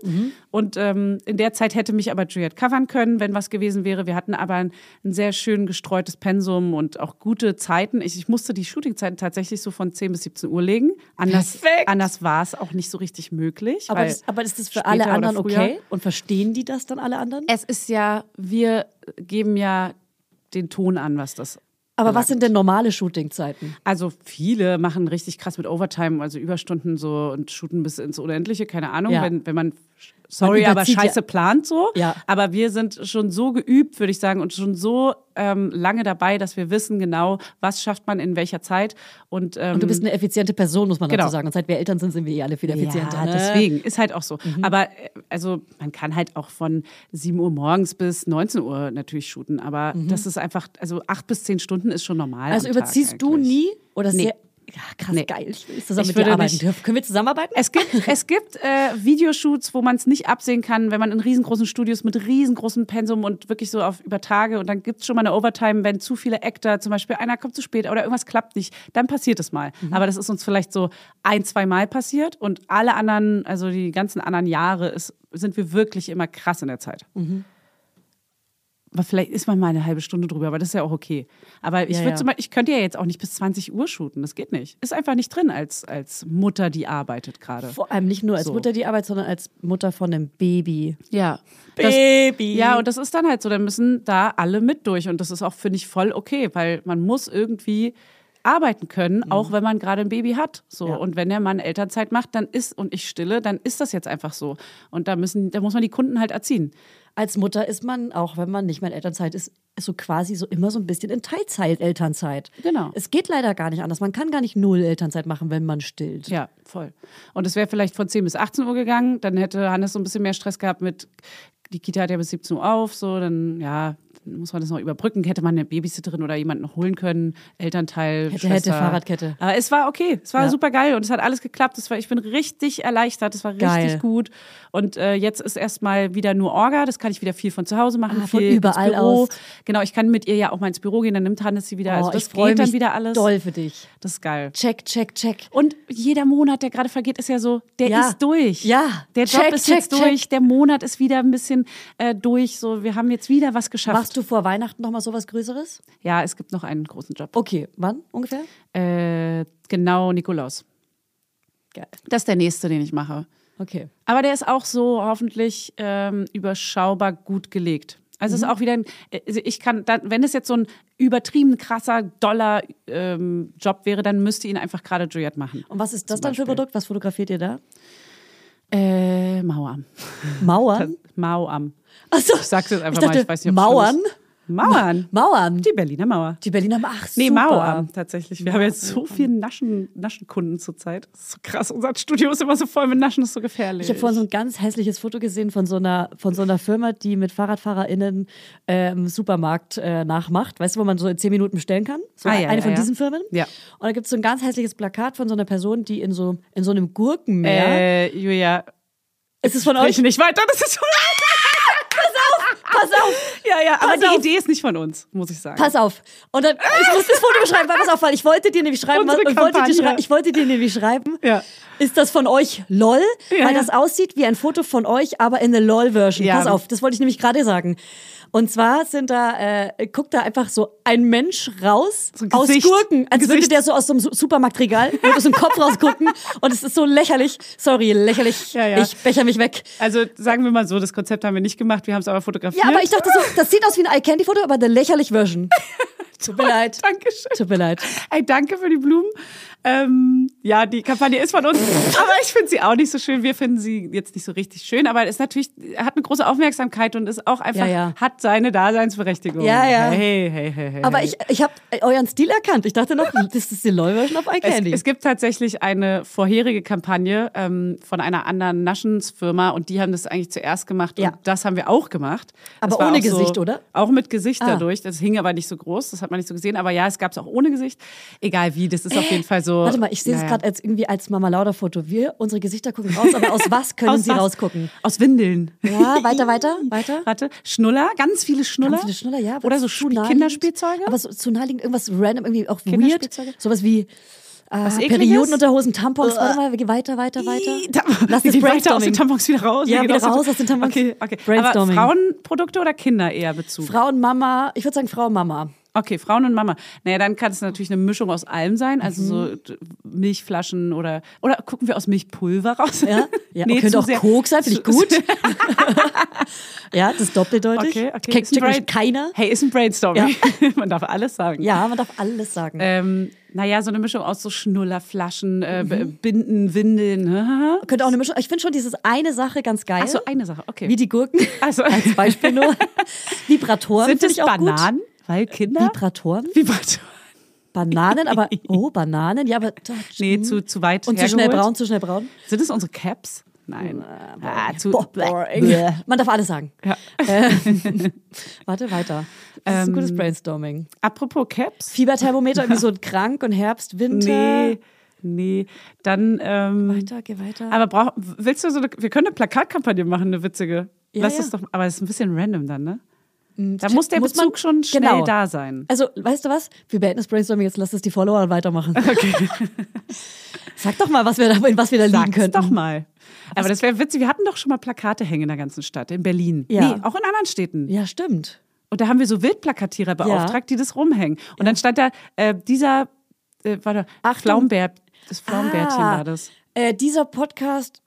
Und ähm, in der Zeit hätte mich aber Juliette covern können, wenn was gewesen wäre. Wir hatten aber ein, ein sehr schön gestreutes Pensum und auch gute Zeiten. Ich, ich musste die Shootingzeiten tatsächlich so von 10 bis 17 Uhr legen. Anders, Perfekt. anders war es auch nicht so richtig möglich. Aber, weil das, aber ist das für später alle oder anderen früher- Äh, okay? Und verstehen die das dann alle anderen? Es ist ja, wir geben ja den Ton an, was das Aber was sind denn normale Shootingzeiten? Also viele machen richtig krass mit Overtime, also Überstunden so und shooten bis ins Unendliche, keine Ahnung, Ja. wenn, wenn man sorry, aber überzieht ja- scheiße plant so. Ja. Aber wir sind schon so geübt, würde ich sagen, und schon so ähm, lange dabei, dass wir wissen genau, was schafft man in welcher Zeit. Und, ähm, Du bist eine effiziente Person, muss man Genau. dazu sagen. Und seit wir Eltern sind, sind wir eh alle viel effizienter. ja, ne? Mhm. deswegen ist halt auch so. Aber äh, also man kann halt auch von 7 Uhr morgens bis 19 Uhr natürlich shooten, aber das ist einfach, also 8 bis 10 Stunden ist schon normal. Mhm. Also am überziehst Tag du eigentlich. nie oder Nee. sehr ja, krass Nee. geil. Ich will jetzt zusammen Ich mit dir würde arbeiten nicht- dürfen. Können wir zusammenarbeiten? Es gibt, es gibt äh, Videoshoots, wo man es nicht absehen kann, wenn man in riesengroßen Studios mit riesengroßem Pensum und wirklich so auf über Tage und dann gibt es schon mal eine Overtime, wenn zu viele Actor, zum Beispiel einer kommt zu spät oder irgendwas klappt nicht, dann passiert es mal. Aber das ist uns vielleicht so ein, zwei Mal passiert und alle anderen, also die ganzen anderen Jahre ist, sind wir wirklich immer krass in der Zeit. Aber vielleicht ist man mal eine halbe Stunde drüber, aber das ist ja auch okay. Aber ich, Ja, würd ja. Zum Beispiel, ich könnte ja jetzt auch nicht bis 20 Uhr shooten, das geht nicht. Ist einfach nicht drin als, als Mutter, die arbeitet gerade. Vor allem nicht nur als So. Mutter die Arbeit, sondern als Mutter von einem Baby. Ja. Baby. Das, Mhm. ja, und das ist dann halt so, dann müssen da alle mit durch. Und das ist auch, finde ich, voll okay, weil man muss irgendwie arbeiten können, auch wenn man gerade ein Baby hat. So. Mhm. Ja. Und wenn der Mann Elternzeit macht, dann ist, und ich stille, dann ist das jetzt einfach so. Und da müssen, da muss man die Kunden halt erziehen. Als Mutter ist man, auch wenn man nicht mehr in Elternzeit ist, ist so quasi so immer so ein bisschen in Teilzeit Elternzeit. Genau. Es geht leider gar nicht anders. Man kann gar nicht null Elternzeit machen, wenn man stillt. Ja, voll. Und es wäre vielleicht von 10 bis 18 Uhr gegangen, dann hätte Hannes so ein bisschen mehr Stress gehabt mit, die Kita hat ja bis 17 Uhr auf, so, dann, ja, dann muss man das noch überbrücken, hätte man eine Babysitterin oder jemanden noch holen können, Elternteil, Hätte, Schwester. Äh, hätte, Fahrradkette. Aber es war okay, es war Ja. super geil und es hat alles geklappt, es war, ich bin richtig erleichtert, es war Geil. richtig gut und äh, jetzt ist erstmal wieder nur Orga, das kann ich wieder viel von zu Hause machen, Ah, von viel überall ins Büro. aus. Genau, ich kann mit ihr ja auch mal ins Büro gehen, dann nimmt Hannes sie wieder, also oh, ich das freue geht mich dann wieder alles. doll für dich. Das ist geil. Check, check, check. Und jeder Monat, der gerade vergeht, ist ja so, der Ja. ist durch. Ja. Der Job Check, ist check, jetzt check. durch, der Monat ist wieder ein bisschen äh, durch. So, wir haben jetzt wieder was geschafft. Machst du vor Weihnachten noch mal sowas Größeres? Ja, es gibt noch einen großen Job. Okay, wann ungefähr? Äh, genau, Nikolaus. Geil. Das ist der nächste, den ich mache. Okay. Aber der ist auch so hoffentlich ähm, überschaubar gut gelegt. Also Mhm. es ist auch wieder ein, also ich kann, dann, wenn es jetzt so ein übertrieben krasser Dollar-Job wäre, dann müsste ihn einfach gerade Juliet machen. Und was ist das Zum dann für ein Beispiel. Produkt? Was fotografiert ihr da? Äh, Mauer. Mauern? Mauam. Achso. Ich sag's jetzt einfach dachte, mal, ich weiß nicht, ob Mauern? Mauern. Mauern. Die Berliner Mauer. Die Berliner Mauer. Nee, super. Mauern tatsächlich. Wir haben jetzt so viele Naschen, Naschenkunden zurzeit. Das ist so krass. Unser Studio ist immer so voll mit Naschen, das ist so gefährlich. Ich habe vorhin so ein ganz hässliches Foto gesehen von so einer, von so einer Firma, die mit FahrradfahrerInnen ähm, Supermarkt äh, nachmacht. Weißt du, wo man so in zehn Minuten bestellen kann? So Ah, ja, eine ja, von ja. diesen Firmen. Ja. Und da gibt es so ein ganz hässliches Plakat von so einer Person, die in so, in so einem Gurkenmeer. äh, Julia, ist es von sprich euch? nicht weiter. Das ist Pass auf! ja, ja, aber Pass die auf. Idee ist nicht von uns, muss ich sagen. Pass auf. Und dann, ich muss das Foto beschreiben, weil pass auf, weil ich wollte dir nämlich schreiben, Unsere ich wollte, dir Kampagne. schrei ich wollte dir nämlich schreiben, Ja. ist das von euch LOL? Ja, weil ja. das aussieht wie ein Foto von euch, aber in der LOL-Version. Ja. Pass auf, das wollte ich nämlich gerade sagen. Und zwar sind da, äh, guckt da einfach so ein Mensch raus So ein aus Gesicht. Gurken, als würde Gesicht. der so aus so einem Su- Supermarktregal, würde aus dem Kopf rausgucken. Und es ist so lächerlich. Sorry, lächerlich. Ja, ja. Ich becher mich weg. Also sagen wir mal so, das Konzept haben wir nicht gemacht, wir haben es aber fotografiert. Ja, aber ich dachte so, das sieht aus wie ein Eye-Candy-Foto, aber der lächerlich Version. Tut mir leid. Dankeschön. Tut mir leid. Ey, danke für die Blumen. Ähm, ja, die Kampagne ist von uns, aber ich finde sie auch nicht so schön. Wir finden sie jetzt nicht so richtig schön, aber ist natürlich hat eine große Aufmerksamkeit und ist auch einfach Ja, ja. hat seine Daseinsberechtigung. Ja, ja. Hey, hey, hey, hey. Aber hey. ich, ich habe euren Stil erkannt. Ich dachte noch, das ist die Leu-Version auf es, iCandy. es gibt tatsächlich eine vorherige Kampagne ähm, von einer anderen Naschensfirma und die haben das eigentlich zuerst gemacht Ja. und das haben wir auch gemacht. Aber Das war ohne auch so- Gesicht, oder? Auch mit Gesicht Ah. dadurch. Das hing aber nicht so groß, das hat man nicht so gesehen. Aber ja, es gab es auch ohne Gesicht. Egal wie, das ist auf jeden Fall so. Warte mal, ich sehe es naja. gerade als irgendwie als Mama Lauder Foto. Wir, unsere Gesichter gucken raus, aber aus was können Aus sie was? rausgucken? Aus Windeln. Ja, weiter, weiter, weiter. Warte, Schnuller, ganz viele Schnuller. Ganz viele Schnuller, ja. aber Oder so zu Spie- naheliegend. Kinderspielzeuge. Aber so zu naheliegend, irgendwas random, irgendwie auch weird. Kinderspielzeuge? Sowas wie äh, Ekliges? Äh, Periodenunterhosen, Tampons. Warte mal, geh weiter, weiter, weiter. Ih, da- Lass die gehen weiter aus das den brainstorming. Tampons wieder raus. Ja, Die gehen wieder aus den- raus aus den Tampons. Okay, okay. Aber Brainstorming. Frauenprodukte oder Kinder eher Bezug? Frauen, Mama. Ich würde sagen Frau, Mama. okay, Frauen und Mama. Naja, dann kann es natürlich eine Mischung aus allem sein. Also so Mhm. d- Milchflaschen oder oder gucken wir aus Milchpulver raus? Ja, ja. Nee, könnte zu auch sehr- Koks sein, finde ich zu- gut. ja, das ist doppeldeutig. Okay, okay. Kennt Ist ein Brain- wirklich keiner. Hey, ist ein Brainstorming. Man darf alles sagen. Ja, man darf alles sagen. Ähm, naja, so eine Mischung aus so Schnullerflaschen, Mhm. äh, B- Binden, Windeln. haha. Könnte auch eine Mischung. Ich finde schon dieses eine Sache ganz geil. Ach so, eine Sache, okay. Wie die Gurken. Ach so. Als Beispiel nur. Vibratoren. Sind finde es ich auch Bananen? Weil Gut. Kinder? Vibratoren? Vibratoren. Bananen, aber. Oh, Bananen? Ja, aber. doch, Nee, hm. zu, zu weit Und zu schnell hergeholt. braun, zu schnell braun. Sind es unsere Caps? Nein. Ah, Ah, zu boah, bläh. Man darf alles sagen. Ja. Ähm, warte weiter. Das ist ein Ähm, gutes Brainstorming. Apropos Caps. Fieberthermometer, irgendwie so krank und Herbst, Winter. Nee, nee. Dann. Ähm, Weiter, geh weiter. aber brauch, willst du so eine. Wir können eine Plakatkampagne machen, eine witzige. Ja, Lass ja. das doch. Aber das ist ein bisschen random dann, ne? Da t- muss der muss man- Bezug schon schnell Genau. da sein. also, weißt du was? Wir beenden das Brainstorming jetzt, lass es die Follower weitermachen. Sag doch mal, was wir da, in was wir da liegen Sag's könnten. doch mal. Also Aber das wäre witzig. Wir hatten doch schon mal Plakate hängen in der ganzen Stadt, in Berlin. Ja. Nee, auch in anderen Städten. Ja, stimmt. Und da haben wir so Wildplakatierer beauftragt, die das rumhängen. Und dann stand da äh, dieser, äh, warte, Achtung. Flaumbeer, das Flaumbärtchen Ah, war das. Äh, dieser Podcast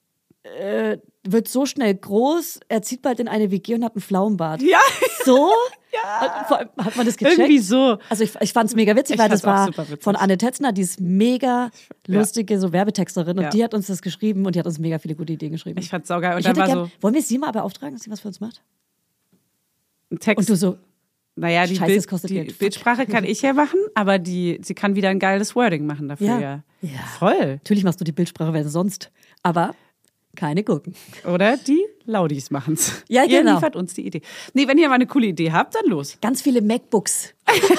äh, wird so schnell groß, er zieht bald in eine WG und hat einen Flaumenbart. Ja, So? ja. Vor allem, hat man das gecheckt? irgendwie so. Also ich, ich fand es mega witzig, Ich weil das fand's auch war super witzig. von Anne Tetzner, die ist mega Ja. lustige so Werbetexterin und Ja. die hat uns das geschrieben und die hat uns mega viele gute Ideen geschrieben. Ich fand's saugeil. Und Ich dann hätte war gern, so wollen wir sie mal beauftragen, dass sie was für uns macht? ein Text. Und du so, naja, die, Scheiße, es kostet die Geld. Fuck. Bildsprache kann ich ja machen, aber die, sie kann wieder ein geiles Wording machen dafür. Ja. Ja. Ja. Voll. natürlich machst du die Bildsprache, wer sonst, aber keine Gurken. Oder die Laudis machen's. Ja, Ihr genau. liefert uns die Idee. Nee, wenn ihr mal eine coole Idee habt, dann los. Ganz viele MacBooks.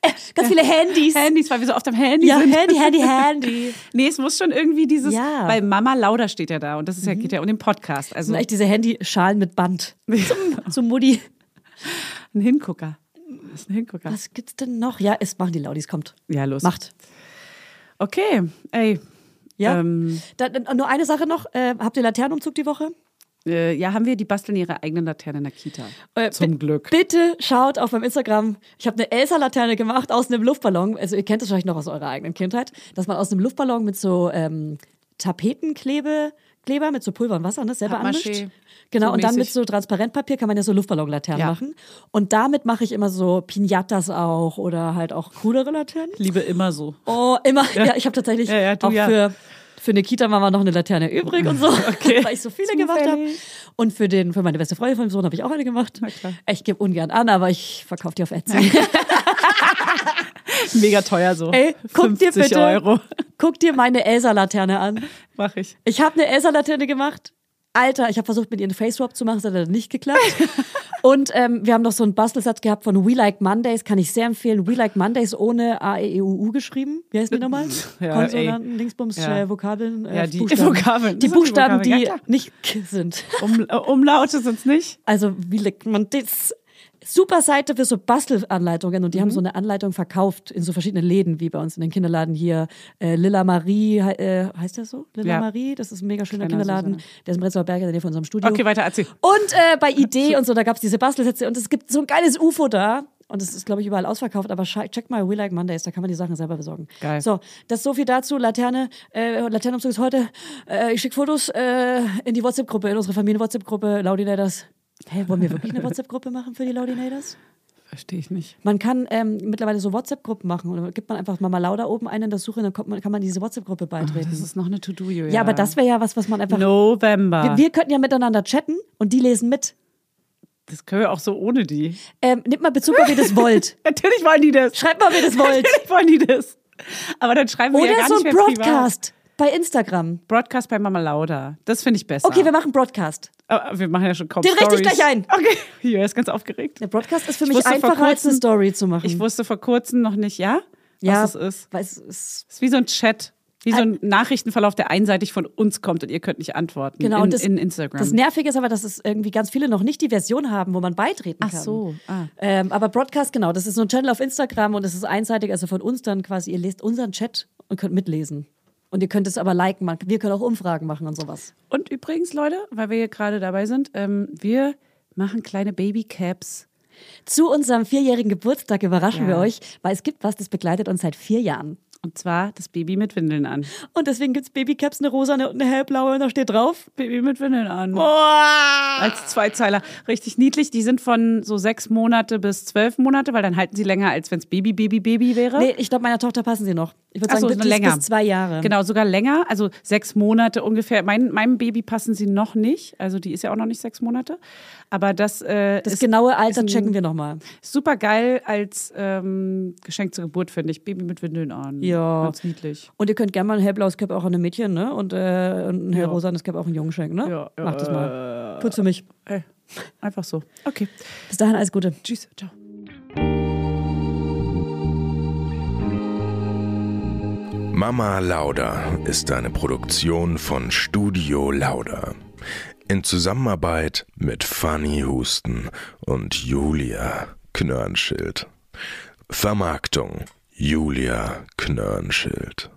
Äh, Ganz viele Handys. Handys, weil wir so oft am Handy Ja, sind. Handy, Handy, Handy. Nee, es muss schon irgendwie dieses, Ja. Mhm. weil Mama Lauda steht ja da und das ist ja, geht ja um den Podcast. Also Und echt diese Handyschalen mit Band. Zum, zum Mutti. Ein Hingucker. Das ist ein Hingucker. Was gibt's denn noch? Ja, es machen die Laudis, kommt. Ja, los. Macht. Okay, ey. Ja. Ähm. Da, dann nur eine Sache noch. Äh, habt ihr Laternenumzug die Woche? Äh, ja, haben wir, die basteln ihre eigenen Laternen in der Kita. Äh, bi- Zum Glück. Bitte schaut auf meinem Instagram. Ich habe eine Elsa-Laterne gemacht aus einem Luftballon. Also ihr kennt das vielleicht noch aus eurer eigenen Kindheit, dass man aus einem Luftballon mit so ähm, Tapetenklebe Kleber mit so Pulver und Wasser, ne, selber Pappmaché. anmischt. Genau, So und dann mit mäßig. so Transparentpapier kann man ja so Luftballonlaternen Ja. machen. Und damit mache ich immer so Pinatas auch oder halt auch coolere Laternen. Ich liebe immer so. Oh, immer. Ja, ich habe tatsächlich Ja, ja, du auch ja. für, für eine Kita-Mama noch eine Laterne übrig und so, weil ich so viele gemacht habe. Zufällig. Und für, den, für meine beste Freundin von meinem Sohn habe ich auch eine gemacht. klar. Ich gebe ungern an, aber ich verkaufe die auf Etsy. Mega teuer so. Ey, guck dir 50 bitte, Euro. guck dir meine Elsa-Laterne an. Mach ich. Ich habe eine Elsa-Laterne gemacht. Alter, ich habe versucht, mit ihr einen Face-Swap zu machen, das hat leider nicht geklappt. Und ähm, wir haben noch so einen Bastelsatz gehabt von We Like Mondays, kann ich sehr empfehlen. We Like Mondays ohne A, E, E, U, U geschrieben. Wie heißt die nochmal? Äh, Ja, E. Konsonanten, Linksbums, Ja. äh, Vokabeln, äh, Ja, die Buchstaben. Vokabeln. Die Das sind die Buchstaben, die, Vokabeln, ja, klar. nicht k sind. Um, äh, Umlaute sind's nicht. Also, wie legt man das? Super Seite für so Bastelanleitungen und die haben Mhm. so eine Anleitung verkauft in so verschiedenen Läden, wie bei uns in den Kinderladen hier. Äh, Lilla Marie, hei- äh, heißt der so? Lilla Ja. Marie, das ist ein mega schöner Kleiner Kinderladen. Der ist im Prenzlauer Berg in der Nähe von unserem Studio. Okay, weiter erzähl. Und äh, bei Idee und so, da gab es diese Bastelsätze und es gibt so ein geiles UFO da. Und es ist, glaube ich, überall ausverkauft, aber scha- check mal We Like Mondays, da kann man die Sachen selber besorgen. Geil. So, das ist so viel dazu. Laterne, äh, Laternenumzug ist heute. Äh, ich schicke Fotos äh, in die WhatsApp-Gruppe, in unsere Familien-WhatsApp-Gruppe, Laudinators. Hä, wollen wir wirklich eine WhatsApp-Gruppe machen für die Laudinators? Verstehe ich nicht. Man kann ähm, mittlerweile so WhatsApp-Gruppen machen. Oder gibt man einfach Mama Lauda oben ein in der Suche und dann kommt man, kann man diese WhatsApp-Gruppe beitreten. Das ist noch eine To-Do, ja, aber das wäre ja was, was man einfach. November. Wir, wir könnten ja miteinander chatten und die lesen mit. das können wir auch so ohne die. Ähm, nehmt mal Bezug, ob ihr das wollt. Natürlich wollen die das. Schreibt mal, ob ihr das wollt. Natürlich wollen die das. Aber dann schreiben wir ja Oder gar so nicht ein mehr privat. Broadcast bei Instagram. Broadcast bei Mama Lauda. Das finde ich besser. Okay, wir machen Broadcast. Aber wir machen ja schon kaum Den richte ich Stories. gleich ein. Okay. Hier, er ist ganz aufgeregt. Der Broadcast ist für Ich mich wusste vor einfacher als eine kurzem- Story zu machen. Ich wusste vor kurzem noch nicht, ja, ja, was es ist. Weil es ist Es ist wie so ein Chat, wie so ein Nachrichtenverlauf, der einseitig von uns kommt und ihr könnt nicht antworten. genau in, und das, in Instagram. Das Nervige ist aber, dass es irgendwie ganz viele noch nicht die Version haben, wo man beitreten Ach kann. so, ah. Ähm, aber Broadcast genau, das ist so ein Channel auf Instagram und es ist einseitig, also von uns dann quasi. Ihr lest unseren Chat und könnt mitlesen. Und ihr könnt es aber liken, man- wir können auch Umfragen machen und sowas. und übrigens, Leute, weil wir hier gerade dabei sind, ähm, wir machen kleine Babycaps. Zu unserem vierjährigen Geburtstag überraschen Ja. wir euch, weil es gibt was, das begleitet uns seit vier Jahren. Und zwar das Baby mit Windeln an. Und deswegen gibt's Babycaps, eine rosa eine- und eine hellblaue und da steht drauf. Baby mit Windeln an. Als Zweizeiler. Richtig niedlich. Die sind von so sechs Monate bis zwölf Monate, weil dann halten sie länger, als wenn es Baby, Baby, Baby wäre. Nee, ich glaube, meiner Tochter passen sie noch. Ich würde Ach sagen, so, bis, so länger. bis zwei Jahre. Genau, sogar länger, also sechs Monate ungefähr. Mein, meinem Baby passen sie noch nicht, also die ist ja auch noch nicht sechs Monate. Aber das, äh, Das ist genaue Alter checken wir nochmal. super geil als ähm, Geschenk zur Geburt, finde ich. Baby mit Windeln an. Ja. Ganz niedlich. Und ihr könnt gerne mal ein hellblaues Cap auch an einem Mädchen, ne? Und, äh, und ein Ja. hellrosanes Cap auch einen Jungen schenken, ne? Ja, ja, äh, Macht das mal. Kurz für mich. Hey, einfach so. Okay. Bis dahin alles Gute. Tschüss. Ciao. Mama Lauda ist eine Produktion von Studio Lauda. In Zusammenarbeit mit Fanny Husten und Julia Knörnschild. Vermarktung Julia Knörnschild.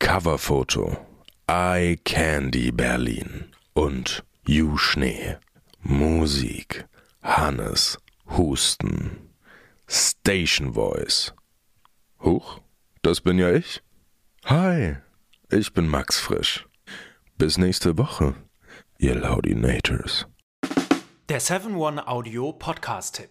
Coverfoto Eye Candy Berlin und You Schnee. Musik Hannes Husten. Station Voice. Huch, das bin ja ich. Hi, ich bin Max Frisch. Bis nächste Woche, ihr Laudinators. Der 7-One Audio Podcast-Tipp.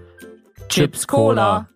Chips Cola.